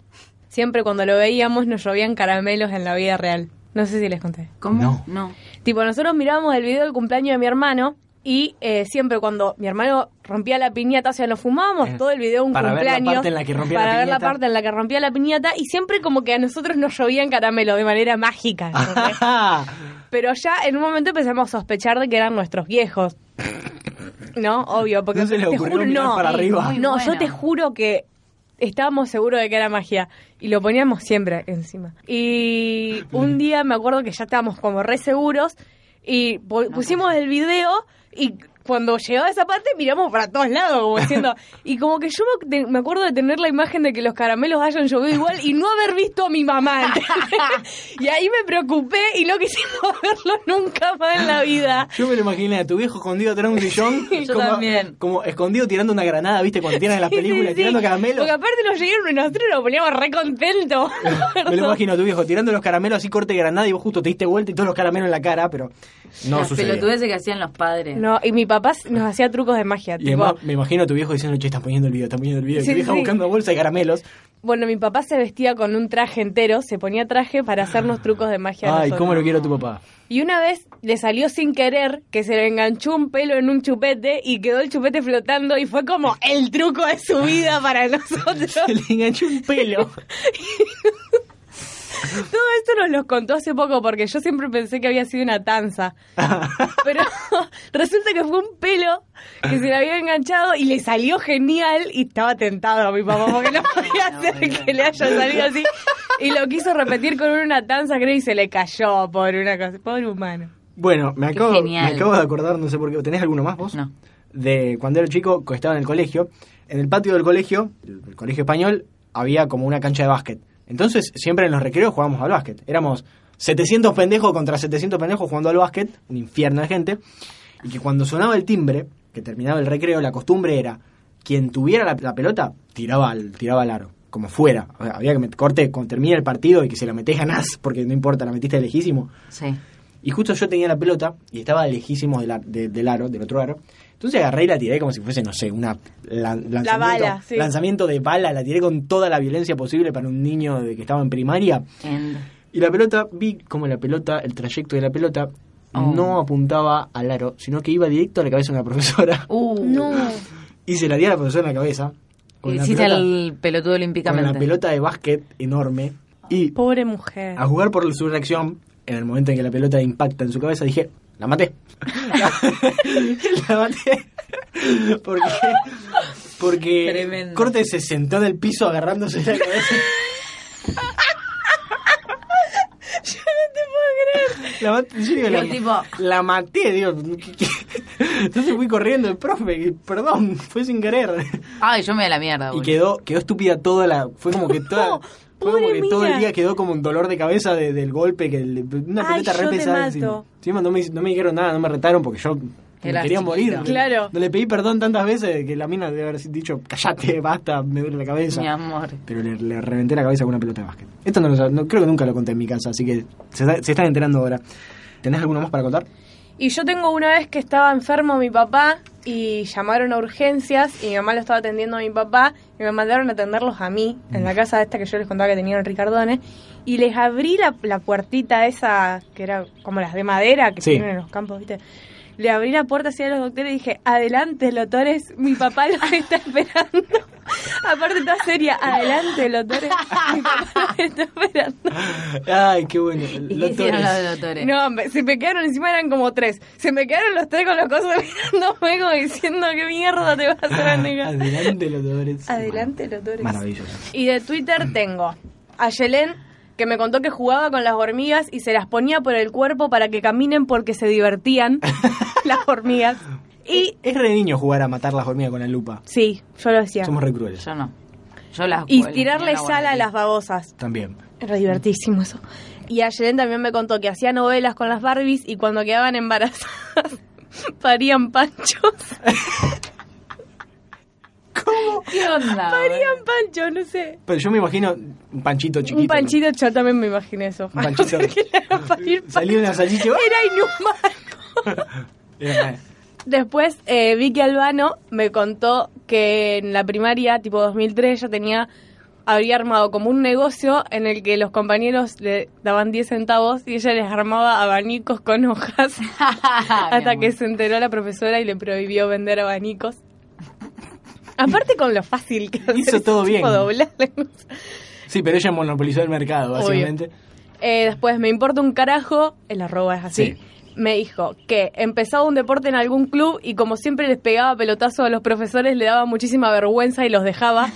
[SPEAKER 1] siempre cuando lo veíamos nos llovían caramelos en la vida real. No sé si les conté.
[SPEAKER 2] ¿Cómo?
[SPEAKER 3] No.
[SPEAKER 1] Tipo, nosotros mirábamos el video del cumpleaños de mi hermano y eh, siempre cuando mi hermano rompía la piñata, o sea, nos fumábamos
[SPEAKER 3] Eh,
[SPEAKER 1] todo el video de un
[SPEAKER 3] para ver la
[SPEAKER 1] cumpleaños.
[SPEAKER 3] parte en la que rompía la
[SPEAKER 1] para ver
[SPEAKER 3] piñata.
[SPEAKER 1] parte en la que rompía la piñata y siempre como que a nosotros nos llovían caramelos de manera mágica. ¿entendés? Pero ya en un momento empezamos a sospechar de que eran nuestros viejos. No, obvio, porque
[SPEAKER 3] No se le
[SPEAKER 1] te
[SPEAKER 3] ocurrió
[SPEAKER 1] juro
[SPEAKER 3] mirar
[SPEAKER 1] no.
[SPEAKER 3] para arriba.
[SPEAKER 2] Muy
[SPEAKER 1] No,
[SPEAKER 2] bueno.
[SPEAKER 1] yo te juro que estábamos seguros de que era magia y lo poníamos siempre encima. Y un día me acuerdo que ya estábamos como re seguros y po- pusimos el video y cuando llegaba esa parte miramos para todos lados como diciendo y como que yo me- te- me acuerdo de tener la imagen de que los caramelos hayan llovido igual y no haber visto a mi mamá. ¿entendés? y ahí me preocupé y no quisimos verlo nunca más en la vida.
[SPEAKER 3] Yo me lo imaginé a tu viejo escondido atrás de un sillón.
[SPEAKER 2] Yo
[SPEAKER 3] como,
[SPEAKER 2] también.
[SPEAKER 3] como escondido tirando una granada, ¿viste? Cuando tiran en las películas,
[SPEAKER 1] Sí, sí,
[SPEAKER 3] tirando
[SPEAKER 1] sí.
[SPEAKER 3] caramelos.
[SPEAKER 1] Porque aparte nos llegaron y nosotros nos poníamos re contentos.
[SPEAKER 3] Me lo imagino a tu viejo tirando los caramelos así corte de granada y vos justo te diste vuelta y todos los caramelos en la cara, pero no
[SPEAKER 2] Las
[SPEAKER 3] sucedió.
[SPEAKER 2] pelotudeces que hacían los padres.
[SPEAKER 1] No, y mi papá nos hacía trucos de magia.
[SPEAKER 3] Y
[SPEAKER 1] tipo,
[SPEAKER 3] además me imagino a tu viejo diciendo, che, están poniendo el video, están poniendo el video. Y
[SPEAKER 1] Sí,
[SPEAKER 3] tu vieja
[SPEAKER 1] sí.
[SPEAKER 3] buscando bolsa de caramelos.
[SPEAKER 1] bueno, mi papá se vestía con un traje entero, se ponía traje para hacernos trucos de magia. a
[SPEAKER 3] Ay,
[SPEAKER 1] nosotros.
[SPEAKER 3] cómo lo quiero a tu papá.
[SPEAKER 1] Y una vez le salió sin querer que se le enganchó un pelo en un chupete y quedó el chupete flotando y fue como el truco de su vida para nosotros.
[SPEAKER 3] Se le enganchó un pelo.
[SPEAKER 1] Todo esto nos lo contó hace poco porque yo siempre pensé que había sido una tanza. Pero resulta que fue un pelo que se le había enganchado y le salió genial y estaba tentado a mi papá porque no podía hacer que le haya salido así. Y lo quiso repetir con una tanza, creo, y se le cayó por una cosa. Pobre humano.
[SPEAKER 3] Bueno, me
[SPEAKER 2] Qué
[SPEAKER 3] acabo, me
[SPEAKER 2] genial.
[SPEAKER 3] acabo de acordar, no sé por qué. ¿Tenés alguno más vos?
[SPEAKER 2] No.
[SPEAKER 3] De cuando era chico, que estaba en el colegio. En el patio del colegio, el el colegio español, había como una cancha de básquet. Entonces, siempre en los recreos jugábamos al básquet. Éramos 700 pendejos contra 700 pendejos jugando al básquet, un infierno de gente. Y que cuando sonaba el timbre, que terminaba el recreo, la costumbre era quien tuviera la, la pelota tiraba al, tiraba al aro, como fuera. O sea, había que met- corte cuando termina el partido y que se la metés ganás, porque no importa, la metiste de lejísimo.
[SPEAKER 2] Sí.
[SPEAKER 3] Y justo yo tenía la pelota y estaba lejísimo del, ar- de- del aro, del otro aro. Entonces agarré y la tiré como si fuese, no sé, una la- lanzamiento,
[SPEAKER 1] bala, sí.
[SPEAKER 3] lanzamiento de bala. La tiré con toda la violencia posible para un niño de que estaba en primaria.
[SPEAKER 2] End.
[SPEAKER 3] Y la pelota, vi como la pelota, el trayecto de la pelota,
[SPEAKER 2] Oh.
[SPEAKER 3] no apuntaba al aro, sino que iba directo a la cabeza de una profesora.
[SPEAKER 2] Uh,
[SPEAKER 3] Y se la di a la profesora en la cabeza. Con la,
[SPEAKER 2] Hiciste
[SPEAKER 3] pelota,
[SPEAKER 2] el pelotudo
[SPEAKER 3] con la
[SPEAKER 2] olímpicamente.
[SPEAKER 3] pelota de básquet enorme. Y
[SPEAKER 1] Pobre mujer.
[SPEAKER 3] a jugar por su reacción, en el momento en que la pelota impacta en su cabeza, dije, la maté. la maté. Porque, porque
[SPEAKER 2] Tremendo.
[SPEAKER 3] Corte se sentó en el piso agarrándose la cabeza. Yo no te puedo creer. La maté, en serio, la,
[SPEAKER 2] Yo tipo-
[SPEAKER 3] la maté, Dios. Entonces fui corriendo el profe, que, perdón, fue sin querer.
[SPEAKER 2] Ay, yo me voy a la mierda,
[SPEAKER 3] Y
[SPEAKER 2] boludo.
[SPEAKER 3] quedó, quedó estúpida toda la. Fue como que toda.
[SPEAKER 1] No,
[SPEAKER 3] fue como
[SPEAKER 1] pobre
[SPEAKER 3] que todo el
[SPEAKER 1] mía.
[SPEAKER 3] día quedó como un dolor de cabeza de- del golpe, que le- una
[SPEAKER 1] Ay,
[SPEAKER 3] pelota
[SPEAKER 1] yo
[SPEAKER 3] re
[SPEAKER 1] te
[SPEAKER 3] pesada
[SPEAKER 1] mato.
[SPEAKER 3] encima. Encima no me, no me dijeron nada, no me retaron porque yo me
[SPEAKER 2] Eras
[SPEAKER 3] quería morir.
[SPEAKER 2] chiquito.
[SPEAKER 1] Claro.
[SPEAKER 3] No le pedí perdón tantas veces que la mina debe haber dicho, callate, basta, me duele la cabeza.
[SPEAKER 2] Mi amor.
[SPEAKER 3] Pero le, le reventé la cabeza con una pelota de básquet. Esto no lo sab- no- creo que nunca lo conté en mi casa, así que se, está- se están enterando ahora. ¿Tenés alguno más para contar?
[SPEAKER 1] Y yo tengo una vez que estaba enfermo mi papá y llamaron a urgencias y mi mamá lo estaba atendiendo a mi papá y me mandaron a atenderlos a mí en la casa esta que yo les contaba que tenían en Ricardones y les abrí la, la puertita esa que era como las de madera que
[SPEAKER 3] Sí.
[SPEAKER 1] tienen en los campos, ¿viste? Le abrí la puerta hacia los doctores y dije, adelante, lotores, mi papá los está esperando. Aparte, toda seria, adelante, lotores, mi papá los está esperando.
[SPEAKER 3] Ay, qué bueno.
[SPEAKER 2] ¿Y qué
[SPEAKER 3] Lo
[SPEAKER 2] hicieron
[SPEAKER 3] tenés.
[SPEAKER 2] los doctores?
[SPEAKER 1] No, me- se me quedaron encima, eran como tres. Se me quedaron los tres con los cosas mirándome como diciendo qué mierda te vas a hacer, amiga.
[SPEAKER 3] Adelante, los dolores.
[SPEAKER 1] Adelante, los tres.
[SPEAKER 3] Ah, Maravilloso.
[SPEAKER 1] Y de Twitter tengo a Yelén, que me contó que jugaba con las hormigas y se las ponía por el cuerpo para que caminen porque se divertían las hormigas. Y
[SPEAKER 3] Es re niño jugar a matar las hormigas con la lupa.
[SPEAKER 1] sí, yo lo hacía.
[SPEAKER 3] Somos re crueles.
[SPEAKER 2] Yo no. Yo las
[SPEAKER 1] Y
[SPEAKER 2] las
[SPEAKER 1] tirarle
[SPEAKER 2] tenía en la
[SPEAKER 1] sal a
[SPEAKER 2] guardería.
[SPEAKER 1] las babosas.
[SPEAKER 3] También.
[SPEAKER 1] Era divertísimo eso. Y Ayelen también me contó que hacía novelas con las Barbies y cuando quedaban embarazadas parían panchos.
[SPEAKER 3] Ah.
[SPEAKER 2] ¿Qué onda?
[SPEAKER 1] Parían panchos, no sé.
[SPEAKER 3] Pero yo me imagino un panchito chiquito.
[SPEAKER 1] Un panchito, yo también me imaginé eso.
[SPEAKER 3] Un panchito.
[SPEAKER 1] Que le hagan parir
[SPEAKER 3] Salió una salchicha.
[SPEAKER 1] panchos. Era inhumano.
[SPEAKER 3] Era-
[SPEAKER 1] Después eh, Vicky Albano me contó que en la primaria, tipo 2003, ella tenía había armado como un negocio en el que los compañeros le daban 10 centavos y ella les armaba abanicos con hojas
[SPEAKER 3] Ah,
[SPEAKER 1] hasta que se enteró la profesora y le prohibió vender abanicos. Aparte con lo fácil que hacer
[SPEAKER 3] Hizo todo
[SPEAKER 1] ese
[SPEAKER 3] bien.
[SPEAKER 1] tipo de doblar.
[SPEAKER 3] Sí, pero ella monopolizó el mercado,
[SPEAKER 1] Obvio.
[SPEAKER 3] básicamente.
[SPEAKER 1] Eh, después, me importa un carajo, el arroba es así.
[SPEAKER 3] Sí.
[SPEAKER 1] Me dijo que empezaba un deporte en algún club y como siempre les pegaba pelotazo a los profesores, le daba muchísima vergüenza y los dejaba.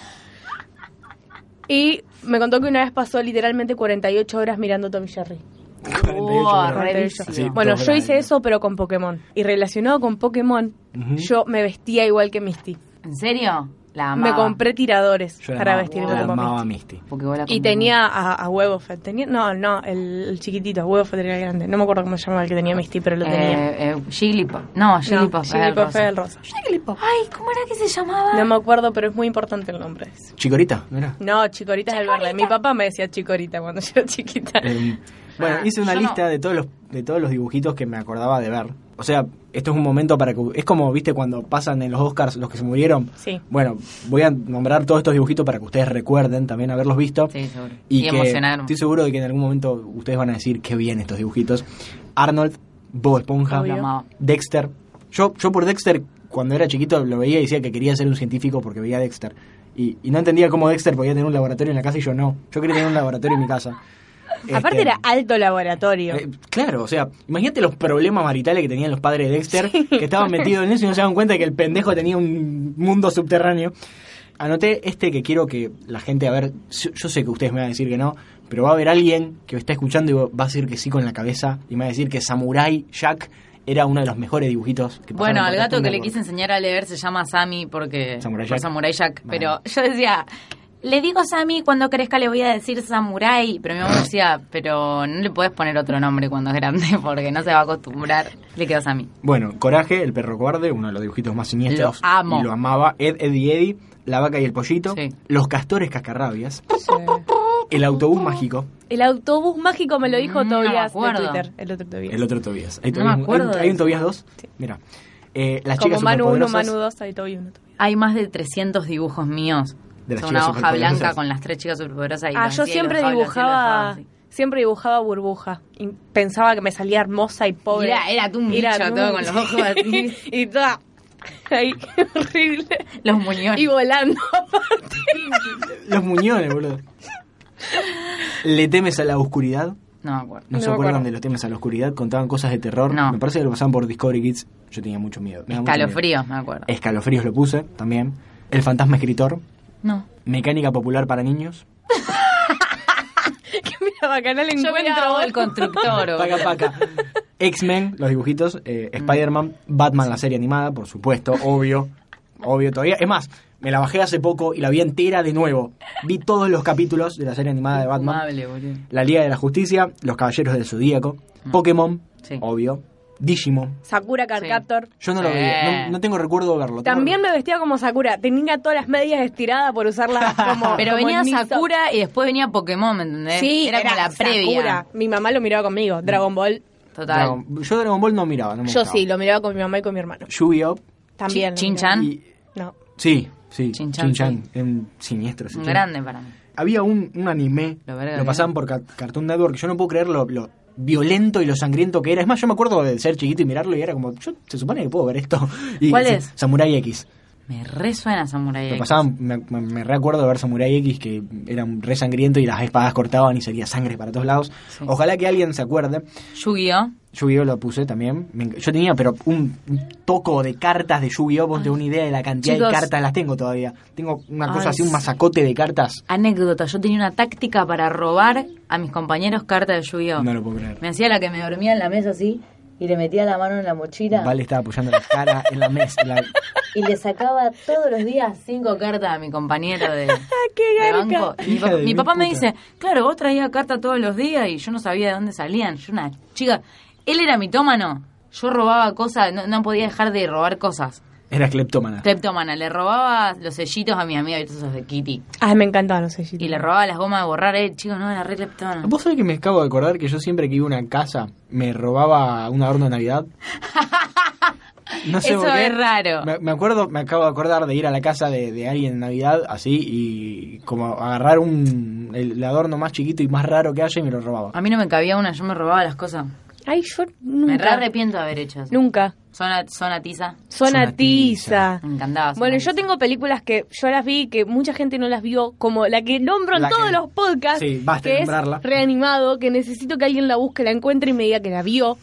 [SPEAKER 1] Y me contó que una vez pasó literalmente 48 horas mirando Tom Jerry.
[SPEAKER 3] 48
[SPEAKER 2] Buah,
[SPEAKER 3] horas.
[SPEAKER 2] re
[SPEAKER 1] 48.
[SPEAKER 2] vicio.
[SPEAKER 3] Sí,
[SPEAKER 1] bueno,
[SPEAKER 3] todo
[SPEAKER 1] yo hice
[SPEAKER 3] grande.
[SPEAKER 1] eso pero con Pokémon. Y relacionado con Pokémon,
[SPEAKER 3] Ujú.
[SPEAKER 1] yo me vestía igual que Misty.
[SPEAKER 2] ¿En serio? La amaba.
[SPEAKER 1] Me compré tiradores
[SPEAKER 3] Yo la
[SPEAKER 1] para
[SPEAKER 3] amaba-
[SPEAKER 1] vestirme
[SPEAKER 3] la
[SPEAKER 1] como
[SPEAKER 3] amaba
[SPEAKER 1] Misty.
[SPEAKER 3] a Misty.
[SPEAKER 2] Porque vos la
[SPEAKER 1] Y
[SPEAKER 2] combinás.
[SPEAKER 1] tenía a, a Huevo Fett. Tenía, no, no, el, el chiquitito, Huevo Fett era el grande. No me acuerdo cómo se llamaba el que tenía Misty, pero lo tenía.
[SPEAKER 2] Eh, eh, Jigglypuff. No, Jigglypuff.
[SPEAKER 1] no,
[SPEAKER 2] era
[SPEAKER 1] Jigglypuff
[SPEAKER 2] rosa.
[SPEAKER 1] era el rosa.
[SPEAKER 2] Ay, ¿cómo era que se llamaba?
[SPEAKER 1] No me acuerdo, pero es muy importante el nombre. de ese.
[SPEAKER 3] Chicorita, ¿no era?
[SPEAKER 1] No, Chicorita es el verde. Mi papá me decía Chicorita cuando yo era chiquita.
[SPEAKER 3] Eh, bueno,
[SPEAKER 2] Ah,
[SPEAKER 3] hice una
[SPEAKER 2] yo
[SPEAKER 3] lista
[SPEAKER 2] no.
[SPEAKER 3] de todos los de todos los dibujitos que me acordaba de ver. o sea, esto es un momento para que... Es como, viste, cuando pasan en los Oscars los que se murieron.
[SPEAKER 1] Sí.
[SPEAKER 3] Bueno, voy a nombrar todos estos dibujitos para que ustedes recuerden también haberlos visto.
[SPEAKER 2] Sí, seguro.
[SPEAKER 3] Y,
[SPEAKER 2] Y
[SPEAKER 3] que
[SPEAKER 2] emocionaron.
[SPEAKER 3] Estoy seguro de que en algún momento ustedes van a decir qué bien estos dibujitos. Arnold, Bob Esponja,
[SPEAKER 1] Obvio.
[SPEAKER 2] Lo amaba.
[SPEAKER 3] Dexter. Yo, yo por Dexter, cuando era chiquito, lo veía y decía que quería ser un científico porque veía a Dexter. Y, y no entendía cómo Dexter podía tener un laboratorio en la casa y yo no. Yo quería tener un laboratorio en mi casa.
[SPEAKER 1] Aparte
[SPEAKER 3] Este,
[SPEAKER 1] era alto laboratorio.
[SPEAKER 3] eh, claro, o sea, imagínate los problemas maritales que tenían los padres de Dexter, que estaban metidos en eso y no se daban cuenta de que el pendejo tenía un mundo subterráneo. Anoté este que quiero que la gente, a ver, yo yo sé que ustedes me van a decir que no, pero va a haber alguien que está escuchando y va a decir que sí con la cabeza y me va a decir que Samurai Jack era uno de los mejores dibujitos que pasaron
[SPEAKER 2] Bueno,
[SPEAKER 3] por
[SPEAKER 2] al gato
[SPEAKER 3] Cartoon
[SPEAKER 2] que le
[SPEAKER 3] Network.
[SPEAKER 2] quise enseñar a leer se llama Sammy porque
[SPEAKER 3] Samurai
[SPEAKER 2] por
[SPEAKER 3] Jack.
[SPEAKER 2] Samurai Jack,
[SPEAKER 3] Bueno.
[SPEAKER 2] pero yo decía, le digo Sammy cuando crezca le voy a decir Samurai, pero mi mamá decía, pero no le puedes poner otro nombre cuando es grande porque no se va a acostumbrar. Le quedó Sammy.
[SPEAKER 3] Bueno, Coraje, el perro cobarde, uno de los dibujitos más siniestros.
[SPEAKER 2] Lo amo.
[SPEAKER 3] Y lo amaba. Ed, Ed y Eddie, la vaca y el pollito,
[SPEAKER 2] Sí.
[SPEAKER 3] los castores cascarrabias,
[SPEAKER 1] Sí.
[SPEAKER 3] el autobús mágico.
[SPEAKER 1] El autobús mágico me lo dijo
[SPEAKER 2] Mm, No me
[SPEAKER 1] Tobias de
[SPEAKER 2] acuerdo.
[SPEAKER 1] Twitter. El otro Tobias.
[SPEAKER 3] El otro Tobías. Hay,
[SPEAKER 2] No
[SPEAKER 3] Tobías-
[SPEAKER 2] me acuerdo
[SPEAKER 3] hay un-
[SPEAKER 2] de
[SPEAKER 3] hay un
[SPEAKER 2] eso.
[SPEAKER 3] Tobías 2.
[SPEAKER 1] Sí.
[SPEAKER 3] Mira. Eh, las
[SPEAKER 1] Como
[SPEAKER 3] chicas
[SPEAKER 1] Manu 1,
[SPEAKER 3] superpoderosas.
[SPEAKER 1] Manu 2, hay Tobias 1.
[SPEAKER 2] Hay más de 300 dibujos míos.
[SPEAKER 3] De las
[SPEAKER 2] Son
[SPEAKER 3] chicas
[SPEAKER 2] una hoja
[SPEAKER 3] superpoderosas.
[SPEAKER 2] blanca con las tres chicas superpoderosas. y
[SPEAKER 1] Ah,
[SPEAKER 2] los
[SPEAKER 1] yo
[SPEAKER 2] hacía y
[SPEAKER 1] siempre
[SPEAKER 2] los dibujaba
[SPEAKER 1] dibujaba,
[SPEAKER 2] y los dibujaba así.
[SPEAKER 1] siempre dibujaba burbuja. Y pensaba que me salía hermosa y pobre.
[SPEAKER 2] Mirá, era tú un bicho, todo con los ojos así.
[SPEAKER 1] y toda ahí, horrible.
[SPEAKER 2] Los muñones.
[SPEAKER 1] Y volando aparte.
[SPEAKER 3] Los muñones, boludo. Le temes a la oscuridad.
[SPEAKER 2] No me acuerdo.
[SPEAKER 3] No,
[SPEAKER 1] No
[SPEAKER 3] se
[SPEAKER 1] me
[SPEAKER 3] acuerdan
[SPEAKER 1] acuerdo.
[SPEAKER 3] de los temas a la oscuridad. Contaban cosas de terror.
[SPEAKER 2] No.
[SPEAKER 3] Me parece que lo pasaban por Discovery Kids. Yo tenía mucho miedo. Me daba mucho miedo.
[SPEAKER 2] Escalofríos, me acuerdo.
[SPEAKER 3] Escalofríos lo puse también. El fantasma escritor.
[SPEAKER 2] No.
[SPEAKER 3] Mecánica popular para niños.
[SPEAKER 1] que miraba Canal
[SPEAKER 2] Yo
[SPEAKER 1] Encuentro.
[SPEAKER 2] miraba el constructor. boludo.
[SPEAKER 3] Paca, paca. X-Men, los dibujitos, eh, Spider-Man, Batman, la serie animada, por supuesto, obvio. Obvio todavía. Es más, me la bajé hace poco y la vi entera de nuevo. Vi todos los capítulos de la serie animada de Batman.
[SPEAKER 2] Infumable, boludo.
[SPEAKER 3] La Liga de la Justicia, Los Caballeros del Zodíaco, Pokémon,
[SPEAKER 2] Mm. Sí.
[SPEAKER 3] obvio, Digimon.
[SPEAKER 1] Sakura Card Captor.
[SPEAKER 3] Yo no lo
[SPEAKER 2] Sí.
[SPEAKER 3] vi, no, no tengo recuerdo de verlo. Tengo-
[SPEAKER 1] También me vestía como Sakura. Tenía todas las medias estiradas por usarlas como.
[SPEAKER 2] Pero
[SPEAKER 1] Ah, como
[SPEAKER 2] venía
[SPEAKER 1] Niso.
[SPEAKER 2] Sakura y después venía Pokémon, ¿me entendés?
[SPEAKER 1] Sí,
[SPEAKER 2] era,
[SPEAKER 1] era,
[SPEAKER 2] como la previa.
[SPEAKER 1] Sakura. Mi mamá lo miraba conmigo. Dragon Ball.
[SPEAKER 2] Total.
[SPEAKER 3] Dragon- yo Dragon Ball no miraba, no me
[SPEAKER 1] Yo
[SPEAKER 3] gustaba.
[SPEAKER 1] sí, lo miraba con mi mamá y con mi hermano.
[SPEAKER 3] Yu-Gi-Oh!
[SPEAKER 1] También. lo
[SPEAKER 2] Chin
[SPEAKER 1] miraba.
[SPEAKER 2] Chan,
[SPEAKER 3] y-
[SPEAKER 1] No.
[SPEAKER 3] Sí, sí,
[SPEAKER 2] Chin Chan,
[SPEAKER 3] Chin-chan, en siniestro. ese
[SPEAKER 2] un
[SPEAKER 3] chin.
[SPEAKER 2] grande para mí.
[SPEAKER 3] Había un, un anime,
[SPEAKER 2] Lo
[SPEAKER 3] lo,
[SPEAKER 2] verga,
[SPEAKER 3] pasaban por Ca- Cartoon Network, yo no puedo creer lo, lo violento y lo sangriento que era. Es más, yo me acuerdo de ser chiquito y mirarlo y era como, yo se supone que puedo ver esto. Y
[SPEAKER 2] ¿Cuál
[SPEAKER 3] se-
[SPEAKER 2] es?
[SPEAKER 3] Samurai X.
[SPEAKER 2] Me resuena Samurai
[SPEAKER 3] Lo
[SPEAKER 2] X.
[SPEAKER 3] pasaban, me, me- me recuerdo de ver Samurai X que era un re sangriento y las espadas cortaban y salía sangre para todos lados.
[SPEAKER 2] Sí.
[SPEAKER 3] Ojalá que alguien se acuerde.
[SPEAKER 2] Yu-Gi-Oh!
[SPEAKER 3] Yu-Gi-Oh lo puse también. Me enc- Yo tenía, pero un un toco de cartas de Yu-Gi-Oh, vos te una idea de la cantidad
[SPEAKER 2] Chicos.
[SPEAKER 3] de cartas, las tengo todavía. Tengo una
[SPEAKER 2] Ay,
[SPEAKER 3] cosa así, un
[SPEAKER 2] sí.
[SPEAKER 3] masacote de cartas.
[SPEAKER 2] Anécdota, yo tenía una táctica para robar a mis compañeros cartas de Yu-Gi-Oh!
[SPEAKER 3] No lo puedo creer.
[SPEAKER 2] Me hacía la que me dormía en la mesa así y le metía la mano en la mochila
[SPEAKER 3] Vale estaba apoyando la cara en la mesa. en la-
[SPEAKER 2] y le sacaba todos los días cinco cartas a mi compañero de,
[SPEAKER 1] ¡Qué
[SPEAKER 2] de
[SPEAKER 1] garca!
[SPEAKER 2] banco. Y Mi,
[SPEAKER 3] Hija
[SPEAKER 2] papá-
[SPEAKER 3] de
[SPEAKER 2] mi
[SPEAKER 3] mil
[SPEAKER 2] papá me
[SPEAKER 3] putas.
[SPEAKER 2] dice, claro, vos traías carta todos los días y yo no sabía de dónde salían. Yo una chica, él era mitómano. Yo robaba cosas, no, no podía dejar de robar cosas.
[SPEAKER 3] Era cleptómana.
[SPEAKER 2] Cleptomana, le robaba los sellitos a mi amiga, ¿viste? esos de Kitty.
[SPEAKER 1] Ay, Ah, me encantaban los sellitos.
[SPEAKER 2] Y le robaba las gomas de borrar, eh, chicos, no, era re cleptomana.
[SPEAKER 3] ¿Vos sabés que me acabo de acordar que yo siempre que iba a una casa me robaba un adorno de Navidad? No sé
[SPEAKER 2] Eso
[SPEAKER 3] por qué.
[SPEAKER 2] es raro.
[SPEAKER 3] Me, me acuerdo, me acabo de acordar de ir a la casa de, de alguien en Navidad así y como agarrar un el, el adorno más chiquito y más raro que haya y me lo robaba.
[SPEAKER 2] A mí no me cabía una, yo me robaba las cosas.
[SPEAKER 1] Ay, yo
[SPEAKER 2] Me re
[SPEAKER 1] nunca.
[SPEAKER 2] arrepiento de haber hecho eso.
[SPEAKER 1] nunca.
[SPEAKER 2] Zona, zona tiza,
[SPEAKER 1] Zona
[SPEAKER 3] Zona tiza.
[SPEAKER 1] tiza.
[SPEAKER 2] me encantaba. Zona
[SPEAKER 1] Bueno, yo
[SPEAKER 2] Tiza.
[SPEAKER 1] tengo películas que yo las vi que mucha gente no las vio, como la que nombro en
[SPEAKER 3] La
[SPEAKER 1] todos
[SPEAKER 3] que-
[SPEAKER 1] los podcasts,
[SPEAKER 3] sí, basta de
[SPEAKER 1] que es
[SPEAKER 3] nombrarla.
[SPEAKER 1] reanimado, que necesito que alguien la busque, la encuentre y me diga que la vio.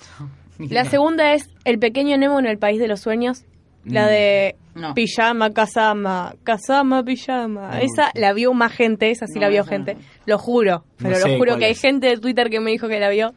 [SPEAKER 1] La
[SPEAKER 2] No.
[SPEAKER 1] segunda es El pequeño Nemo en el País de los Sueños, la
[SPEAKER 3] Mm.
[SPEAKER 1] de
[SPEAKER 2] No.
[SPEAKER 1] pijama, casama, casama, pijama.
[SPEAKER 3] No,
[SPEAKER 1] esa
[SPEAKER 3] sí.
[SPEAKER 1] la vio más gente, esa sí
[SPEAKER 2] No,
[SPEAKER 1] la vio
[SPEAKER 2] esa
[SPEAKER 1] gente,
[SPEAKER 2] no.
[SPEAKER 1] lo juro,
[SPEAKER 3] No
[SPEAKER 1] pero
[SPEAKER 3] sé
[SPEAKER 1] lo juro
[SPEAKER 3] cuál
[SPEAKER 1] que hay
[SPEAKER 3] es.
[SPEAKER 1] gente de Twitter que me dijo que la vio.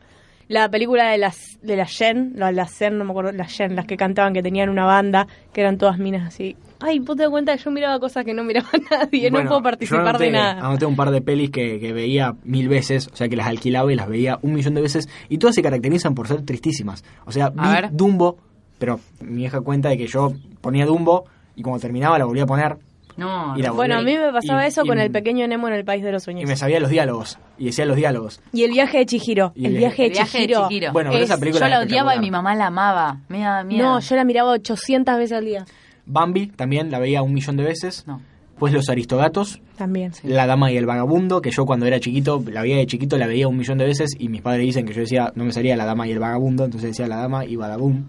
[SPEAKER 1] La película de las de la Yen, no, la Zen, no me acuerdo, las Yen, las que cantaban, que tenían una banda, que eran todas minas así. Ay, vos te das cuenta que yo miraba cosas que no miraba nadie, no puedo
[SPEAKER 3] Bueno, yo Ah,
[SPEAKER 1] participar
[SPEAKER 3] anoté-
[SPEAKER 1] de nada.
[SPEAKER 3] Anoté un par de pelis que, que veía mil veces, o sea, que las alquilaba y las veía un millón de veces, y todas se caracterizan por ser tristísimas. O sea, vi
[SPEAKER 2] A ver.
[SPEAKER 3] Dumbo, pero mi vieja cuenta de que yo ponía Dumbo y cuando terminaba la volvía a poner.
[SPEAKER 2] No,
[SPEAKER 3] Y la-
[SPEAKER 1] Bueno, a mí me pasaba
[SPEAKER 3] Y-
[SPEAKER 1] eso
[SPEAKER 3] y-
[SPEAKER 1] con el pequeño Nemo en el País de los Sueños.
[SPEAKER 3] Y me sabía los diálogos. Y decía los diálogos.
[SPEAKER 1] Y el viaje de Chihiro.
[SPEAKER 3] Y
[SPEAKER 1] el viaje de
[SPEAKER 2] el viaje de
[SPEAKER 1] Chihiro.
[SPEAKER 2] Chihiro.
[SPEAKER 3] Bueno, pero esa película
[SPEAKER 2] yo la
[SPEAKER 3] es
[SPEAKER 2] odiaba y
[SPEAKER 3] espectacular.
[SPEAKER 2] mi mamá la amaba. Mira, mira.
[SPEAKER 1] Eh, No, yo la miraba 800 veces al día.
[SPEAKER 3] Bambi también la veía un millón de veces.
[SPEAKER 2] No.
[SPEAKER 3] Pues los aristogatos.
[SPEAKER 1] También, sí.
[SPEAKER 3] La dama y el vagabundo, que yo cuando era chiquito, la veía de chiquito, la veía un millón de veces y mis padres dicen que yo decía, no me salía la dama y el vagabundo, entonces decía la dama y vagabum.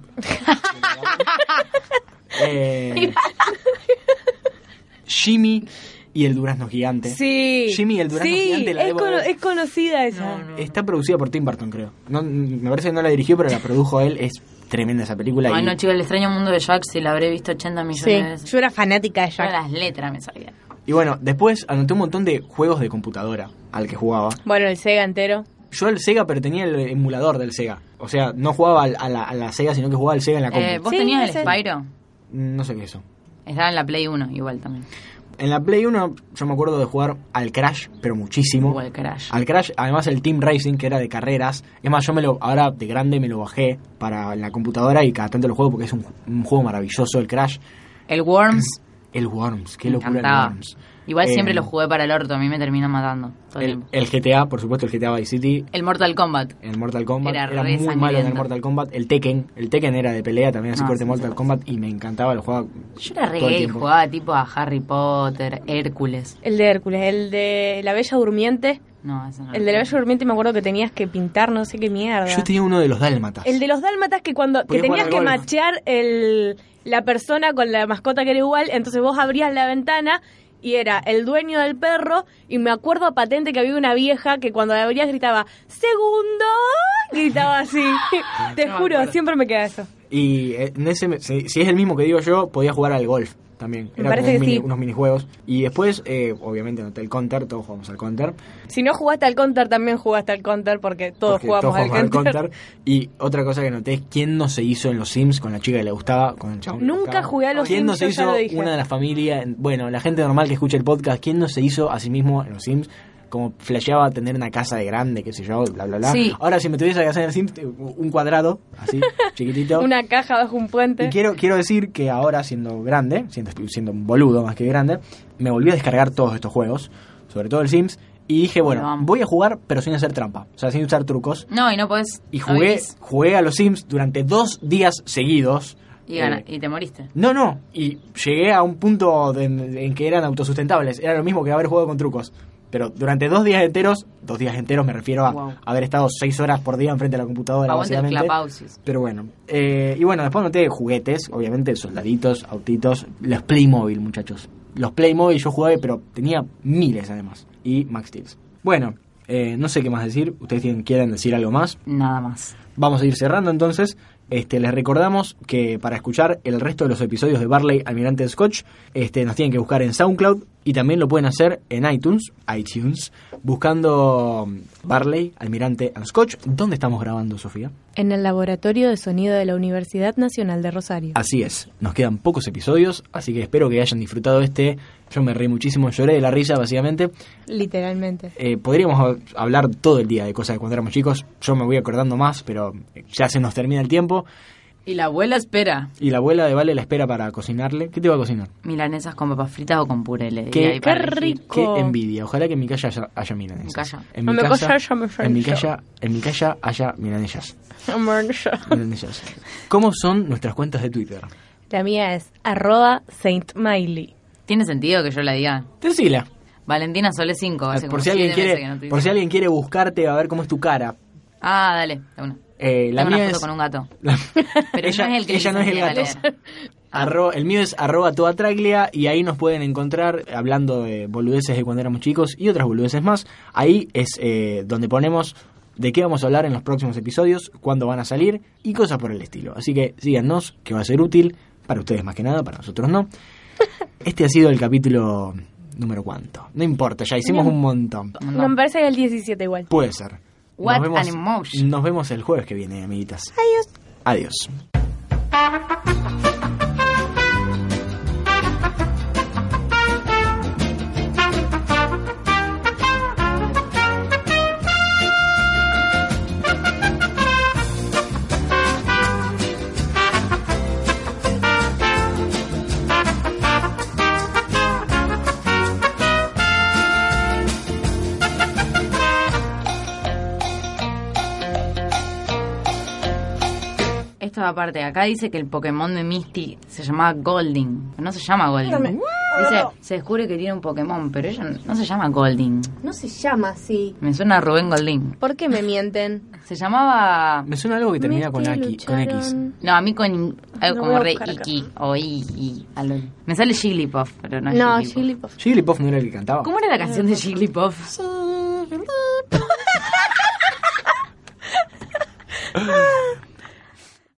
[SPEAKER 3] eh, Jimmy y el durazno gigante.
[SPEAKER 1] Sí.
[SPEAKER 3] Jimmy y el durazno
[SPEAKER 1] sí,
[SPEAKER 3] gigante la
[SPEAKER 1] es,
[SPEAKER 3] debo
[SPEAKER 1] cono-
[SPEAKER 3] ver.
[SPEAKER 1] es conocida esa.
[SPEAKER 2] No, no.
[SPEAKER 3] Está producida por Tim Burton, creo. No, me parece que no la dirigió, pero la produjo él. Es tremenda esa película.
[SPEAKER 2] Ay,
[SPEAKER 3] y-
[SPEAKER 2] no, chicos, el extraño mundo de Jack si la habré visto 80 millones
[SPEAKER 1] Sí,
[SPEAKER 2] de veces.
[SPEAKER 1] yo era fanática de
[SPEAKER 2] Yo
[SPEAKER 1] Jack.
[SPEAKER 2] las letras me sabían.
[SPEAKER 3] y bueno, después anoté un montón de juegos de computadora al que jugaba.
[SPEAKER 1] Bueno, el Sega entero.
[SPEAKER 3] Yo el Sega, pero tenía el emulador del Sega. O sea, no jugaba al- a la, a la Sega, sino que jugaba al Sega en la compu.
[SPEAKER 2] Eh, ¿Vos
[SPEAKER 1] Sí,
[SPEAKER 2] tenías
[SPEAKER 1] ese-
[SPEAKER 2] el Spyro?
[SPEAKER 3] No sé qué es eso.
[SPEAKER 2] Estaba en la Play 1 igual también.
[SPEAKER 3] En la Play 1 yo me acuerdo de jugar al Crash, pero muchísimo.
[SPEAKER 2] Igual Crash.
[SPEAKER 3] Al Crash, además el Team Racing, que era de carreras. Es más, yo me lo, ahora de grande me lo bajé para la computadora y cada tanto lo juego porque es un, un juego maravilloso el Crash.
[SPEAKER 2] El Worms.
[SPEAKER 3] El Worms, qué
[SPEAKER 2] me
[SPEAKER 3] locura el
[SPEAKER 2] encantaba.
[SPEAKER 3] Worms.
[SPEAKER 2] Igual
[SPEAKER 3] Eh,
[SPEAKER 2] siempre lo jugué para el orto, a mí me terminó matando todo el
[SPEAKER 3] El,
[SPEAKER 2] tiempo.
[SPEAKER 3] el GTA, por supuesto, el GTA Vice City.
[SPEAKER 2] El Mortal Kombat.
[SPEAKER 3] El Mortal Kombat
[SPEAKER 2] Era
[SPEAKER 3] era,
[SPEAKER 2] re
[SPEAKER 3] muy malo en el
[SPEAKER 2] sangriento.
[SPEAKER 3] Mortal Kombat. El Tekken, el Tekken era de pelea también, así
[SPEAKER 2] Ah,
[SPEAKER 3] corte
[SPEAKER 2] sí,
[SPEAKER 3] Mortal Kombat y me encantaba, lo jugaba.
[SPEAKER 2] Yo era re
[SPEAKER 3] todo el
[SPEAKER 2] gay,
[SPEAKER 3] tiempo.
[SPEAKER 2] jugaba tipo a Harry Potter, Hércules.
[SPEAKER 1] El de Hércules, el de La Bella Durmiente.
[SPEAKER 2] No, eso no.
[SPEAKER 1] El de La Bella Durmiente me acuerdo que tenías que pintar no sé qué mierda.
[SPEAKER 3] Yo tenía uno de los Dálmatas.
[SPEAKER 1] El de los dálmatas que cuando que
[SPEAKER 3] Podías jugar
[SPEAKER 1] tenías
[SPEAKER 3] al
[SPEAKER 1] que
[SPEAKER 3] golf.
[SPEAKER 1] machear el, la persona con la mascota que era igual, entonces vos abrías la ventana y era el dueño del perro y me acuerdo a patente que había una vieja que cuando la abrías gritaba ¡Segundo! Gritaba así. Te
[SPEAKER 2] No me
[SPEAKER 1] juro,
[SPEAKER 2] acuerdo.
[SPEAKER 1] siempre me queda eso.
[SPEAKER 3] Y eh, en ese, me- si, si es el mismo que digo yo, podía jugar al golf también.
[SPEAKER 1] Me
[SPEAKER 3] Era
[SPEAKER 1] parece
[SPEAKER 3] como un
[SPEAKER 1] que
[SPEAKER 3] mini-
[SPEAKER 1] sí.
[SPEAKER 3] unos minijuegos. Y después, eh, obviamente, anoté el counter, todos jugamos al counter.
[SPEAKER 1] Si no jugaste al counter, también jugaste al counter porque todos
[SPEAKER 3] porque
[SPEAKER 1] jugamos al counter.
[SPEAKER 3] Y otra cosa que noté es quién no se hizo en los Sims con la chica que le gustaba, con el chabón. que le
[SPEAKER 1] Nunca
[SPEAKER 3] gustaba.
[SPEAKER 1] jugué a los
[SPEAKER 3] ¿Quién
[SPEAKER 1] Sims,
[SPEAKER 3] no se
[SPEAKER 1] yo ya
[SPEAKER 3] hizo
[SPEAKER 1] lo dije.
[SPEAKER 3] una de las familias, bueno, la gente normal que escucha el podcast, quién no se hizo a sí mismo en los Sims? Como flasheaba tener una casa de grande, qué sé yo, bla, bla, bla.
[SPEAKER 2] Sí.
[SPEAKER 3] Ahora, si me tuviese que hacer en el Sims, eh, un cuadrado, así, chiquitito.
[SPEAKER 1] Una caja bajo un puente.
[SPEAKER 3] Y quiero, quiero decir que ahora, siendo grande, siendo, siendo un boludo más que grande, me volví a descargar todos estos juegos, sobre todo el Sims, y dije,
[SPEAKER 2] Lo
[SPEAKER 3] bueno,
[SPEAKER 2] amo.
[SPEAKER 3] voy a jugar, pero sin hacer trampa, o sea, sin usar trucos.
[SPEAKER 2] No, y no podés.
[SPEAKER 3] Y
[SPEAKER 2] no
[SPEAKER 3] jugué,
[SPEAKER 2] vivís.
[SPEAKER 3] jugué a los Sims durante dos días seguidos.
[SPEAKER 2] Y, gana-
[SPEAKER 3] Eh,
[SPEAKER 2] y te moriste.
[SPEAKER 3] no, no, y llegué a un punto de- en que eran autosustentables, era lo mismo que haber jugado con trucos. Pero durante dos días enteros, dos días enteros me refiero a
[SPEAKER 2] Wow.
[SPEAKER 3] haber estado seis horas por día enfrente a la computadora,
[SPEAKER 2] Aguante el
[SPEAKER 3] básicamente.
[SPEAKER 2] clapausis.
[SPEAKER 3] Pero bueno, eh, y bueno, después noté juguetes, obviamente, soldaditos, autitos, los Playmobil, muchachos. Los Playmobil yo jugué, pero tenía miles además. Y Max Steel. Bueno, eh, no sé qué más decir. Ustedes tienen, quieren decir algo más.
[SPEAKER 2] Nada más.
[SPEAKER 3] Vamos a ir cerrando entonces. Este, les recordamos que para escuchar el resto de los episodios de Barley Almirante Scotch, este, nos tienen que buscar en SoundCloud y también lo pueden hacer en iTunes, iTunes, buscando um, Barley Almirante and Scotch. ¿Dónde estamos grabando, Sofía?
[SPEAKER 1] En el laboratorio de sonido de la Universidad Nacional de Rosario.
[SPEAKER 3] Así es, nos quedan pocos episodios, así que espero que hayan disfrutado este. Yo me reí muchísimo, lloré de la risa básicamente.
[SPEAKER 1] Literalmente.
[SPEAKER 3] Eh, podríamos hab- hablar todo el día de cosas de cuando éramos chicos, yo me voy acordando más, pero eh, ya se nos termina el tiempo.
[SPEAKER 2] Y la abuela espera.
[SPEAKER 3] Y la abuela de Vale la espera para cocinarle. ¿Qué te va a cocinar?
[SPEAKER 2] Milanesas con papas fritas o con puré, le
[SPEAKER 3] Qué-
[SPEAKER 2] diría ahí para
[SPEAKER 1] qué
[SPEAKER 2] elegir.
[SPEAKER 1] rico.
[SPEAKER 3] Qué envidia, ojalá que en mi calle haya, haya milanesas.
[SPEAKER 2] Mi casa.
[SPEAKER 3] En
[SPEAKER 1] En
[SPEAKER 3] mi
[SPEAKER 1] mi
[SPEAKER 3] casa,
[SPEAKER 1] casa ya me
[SPEAKER 3] en mi
[SPEAKER 1] falleció.
[SPEAKER 3] calle, en mi calle haya milanesas.
[SPEAKER 1] Amor, yo.
[SPEAKER 3] milanesas. ¿Cómo son nuestras cuentas de Twitter?
[SPEAKER 1] La mía es arroba Saint Miley.
[SPEAKER 2] Tiene sentido que yo la diga.
[SPEAKER 3] Decila.
[SPEAKER 2] Valentina Sole 5.
[SPEAKER 3] Ah, por si alguien quiere, por si alguien quiere buscarte a ver cómo es tu cara.
[SPEAKER 2] Ah, dale, de una.
[SPEAKER 3] Eh, la
[SPEAKER 2] Tengo una
[SPEAKER 3] mía
[SPEAKER 2] foto
[SPEAKER 3] es
[SPEAKER 2] con un gato.
[SPEAKER 3] la-
[SPEAKER 2] Pero
[SPEAKER 3] ella
[SPEAKER 2] no es el que
[SPEAKER 3] ella no es el
[SPEAKER 2] diseña
[SPEAKER 3] gato.
[SPEAKER 2] la letra.
[SPEAKER 3] Arro- el mío es arroba toda traglia y ahí nos pueden encontrar hablando de boludeces de cuando éramos chicos y otras boludeces más. Ahí es eh, donde ponemos de qué vamos a hablar en los próximos episodios, cuándo van a salir y cosas por el estilo. Así que síganos, que va a ser útil para ustedes más que nada, para nosotros no. Este ha sido el capítulo número cuánto. No importa, ya hicimos un montón.
[SPEAKER 1] No, me parece que el 17 igual.
[SPEAKER 3] Puede ser.
[SPEAKER 2] What
[SPEAKER 3] nos, vemos,
[SPEAKER 2] an emotion.
[SPEAKER 3] nos vemos el jueves que viene, amiguitas. Adiós. Adiós.
[SPEAKER 2] esto va aparte. Acá dice que el Pokémon de Misty se llamaba Golding. No se llama Golding. Dice, se descubre que tiene un Pokémon, pero ella no se llama Golding.
[SPEAKER 4] No se llama así.
[SPEAKER 2] Me suena a Rubén Golding.
[SPEAKER 1] ¿Por qué me mienten?
[SPEAKER 2] Se llamaba...
[SPEAKER 3] Me suena algo que termina con, Aki- con X.
[SPEAKER 2] No, a mí con in- algo
[SPEAKER 4] No voy
[SPEAKER 2] como
[SPEAKER 4] a
[SPEAKER 2] re
[SPEAKER 4] buscar acá.
[SPEAKER 2] Iki o Iki. algo. Me sale Jigglypuff, pero no es
[SPEAKER 4] No,
[SPEAKER 2] Jigglypuff.
[SPEAKER 4] Jigglypuff.
[SPEAKER 3] Jigglypuff no era el que cantaba.
[SPEAKER 2] ¿Cómo era la canción de Jigglypuff?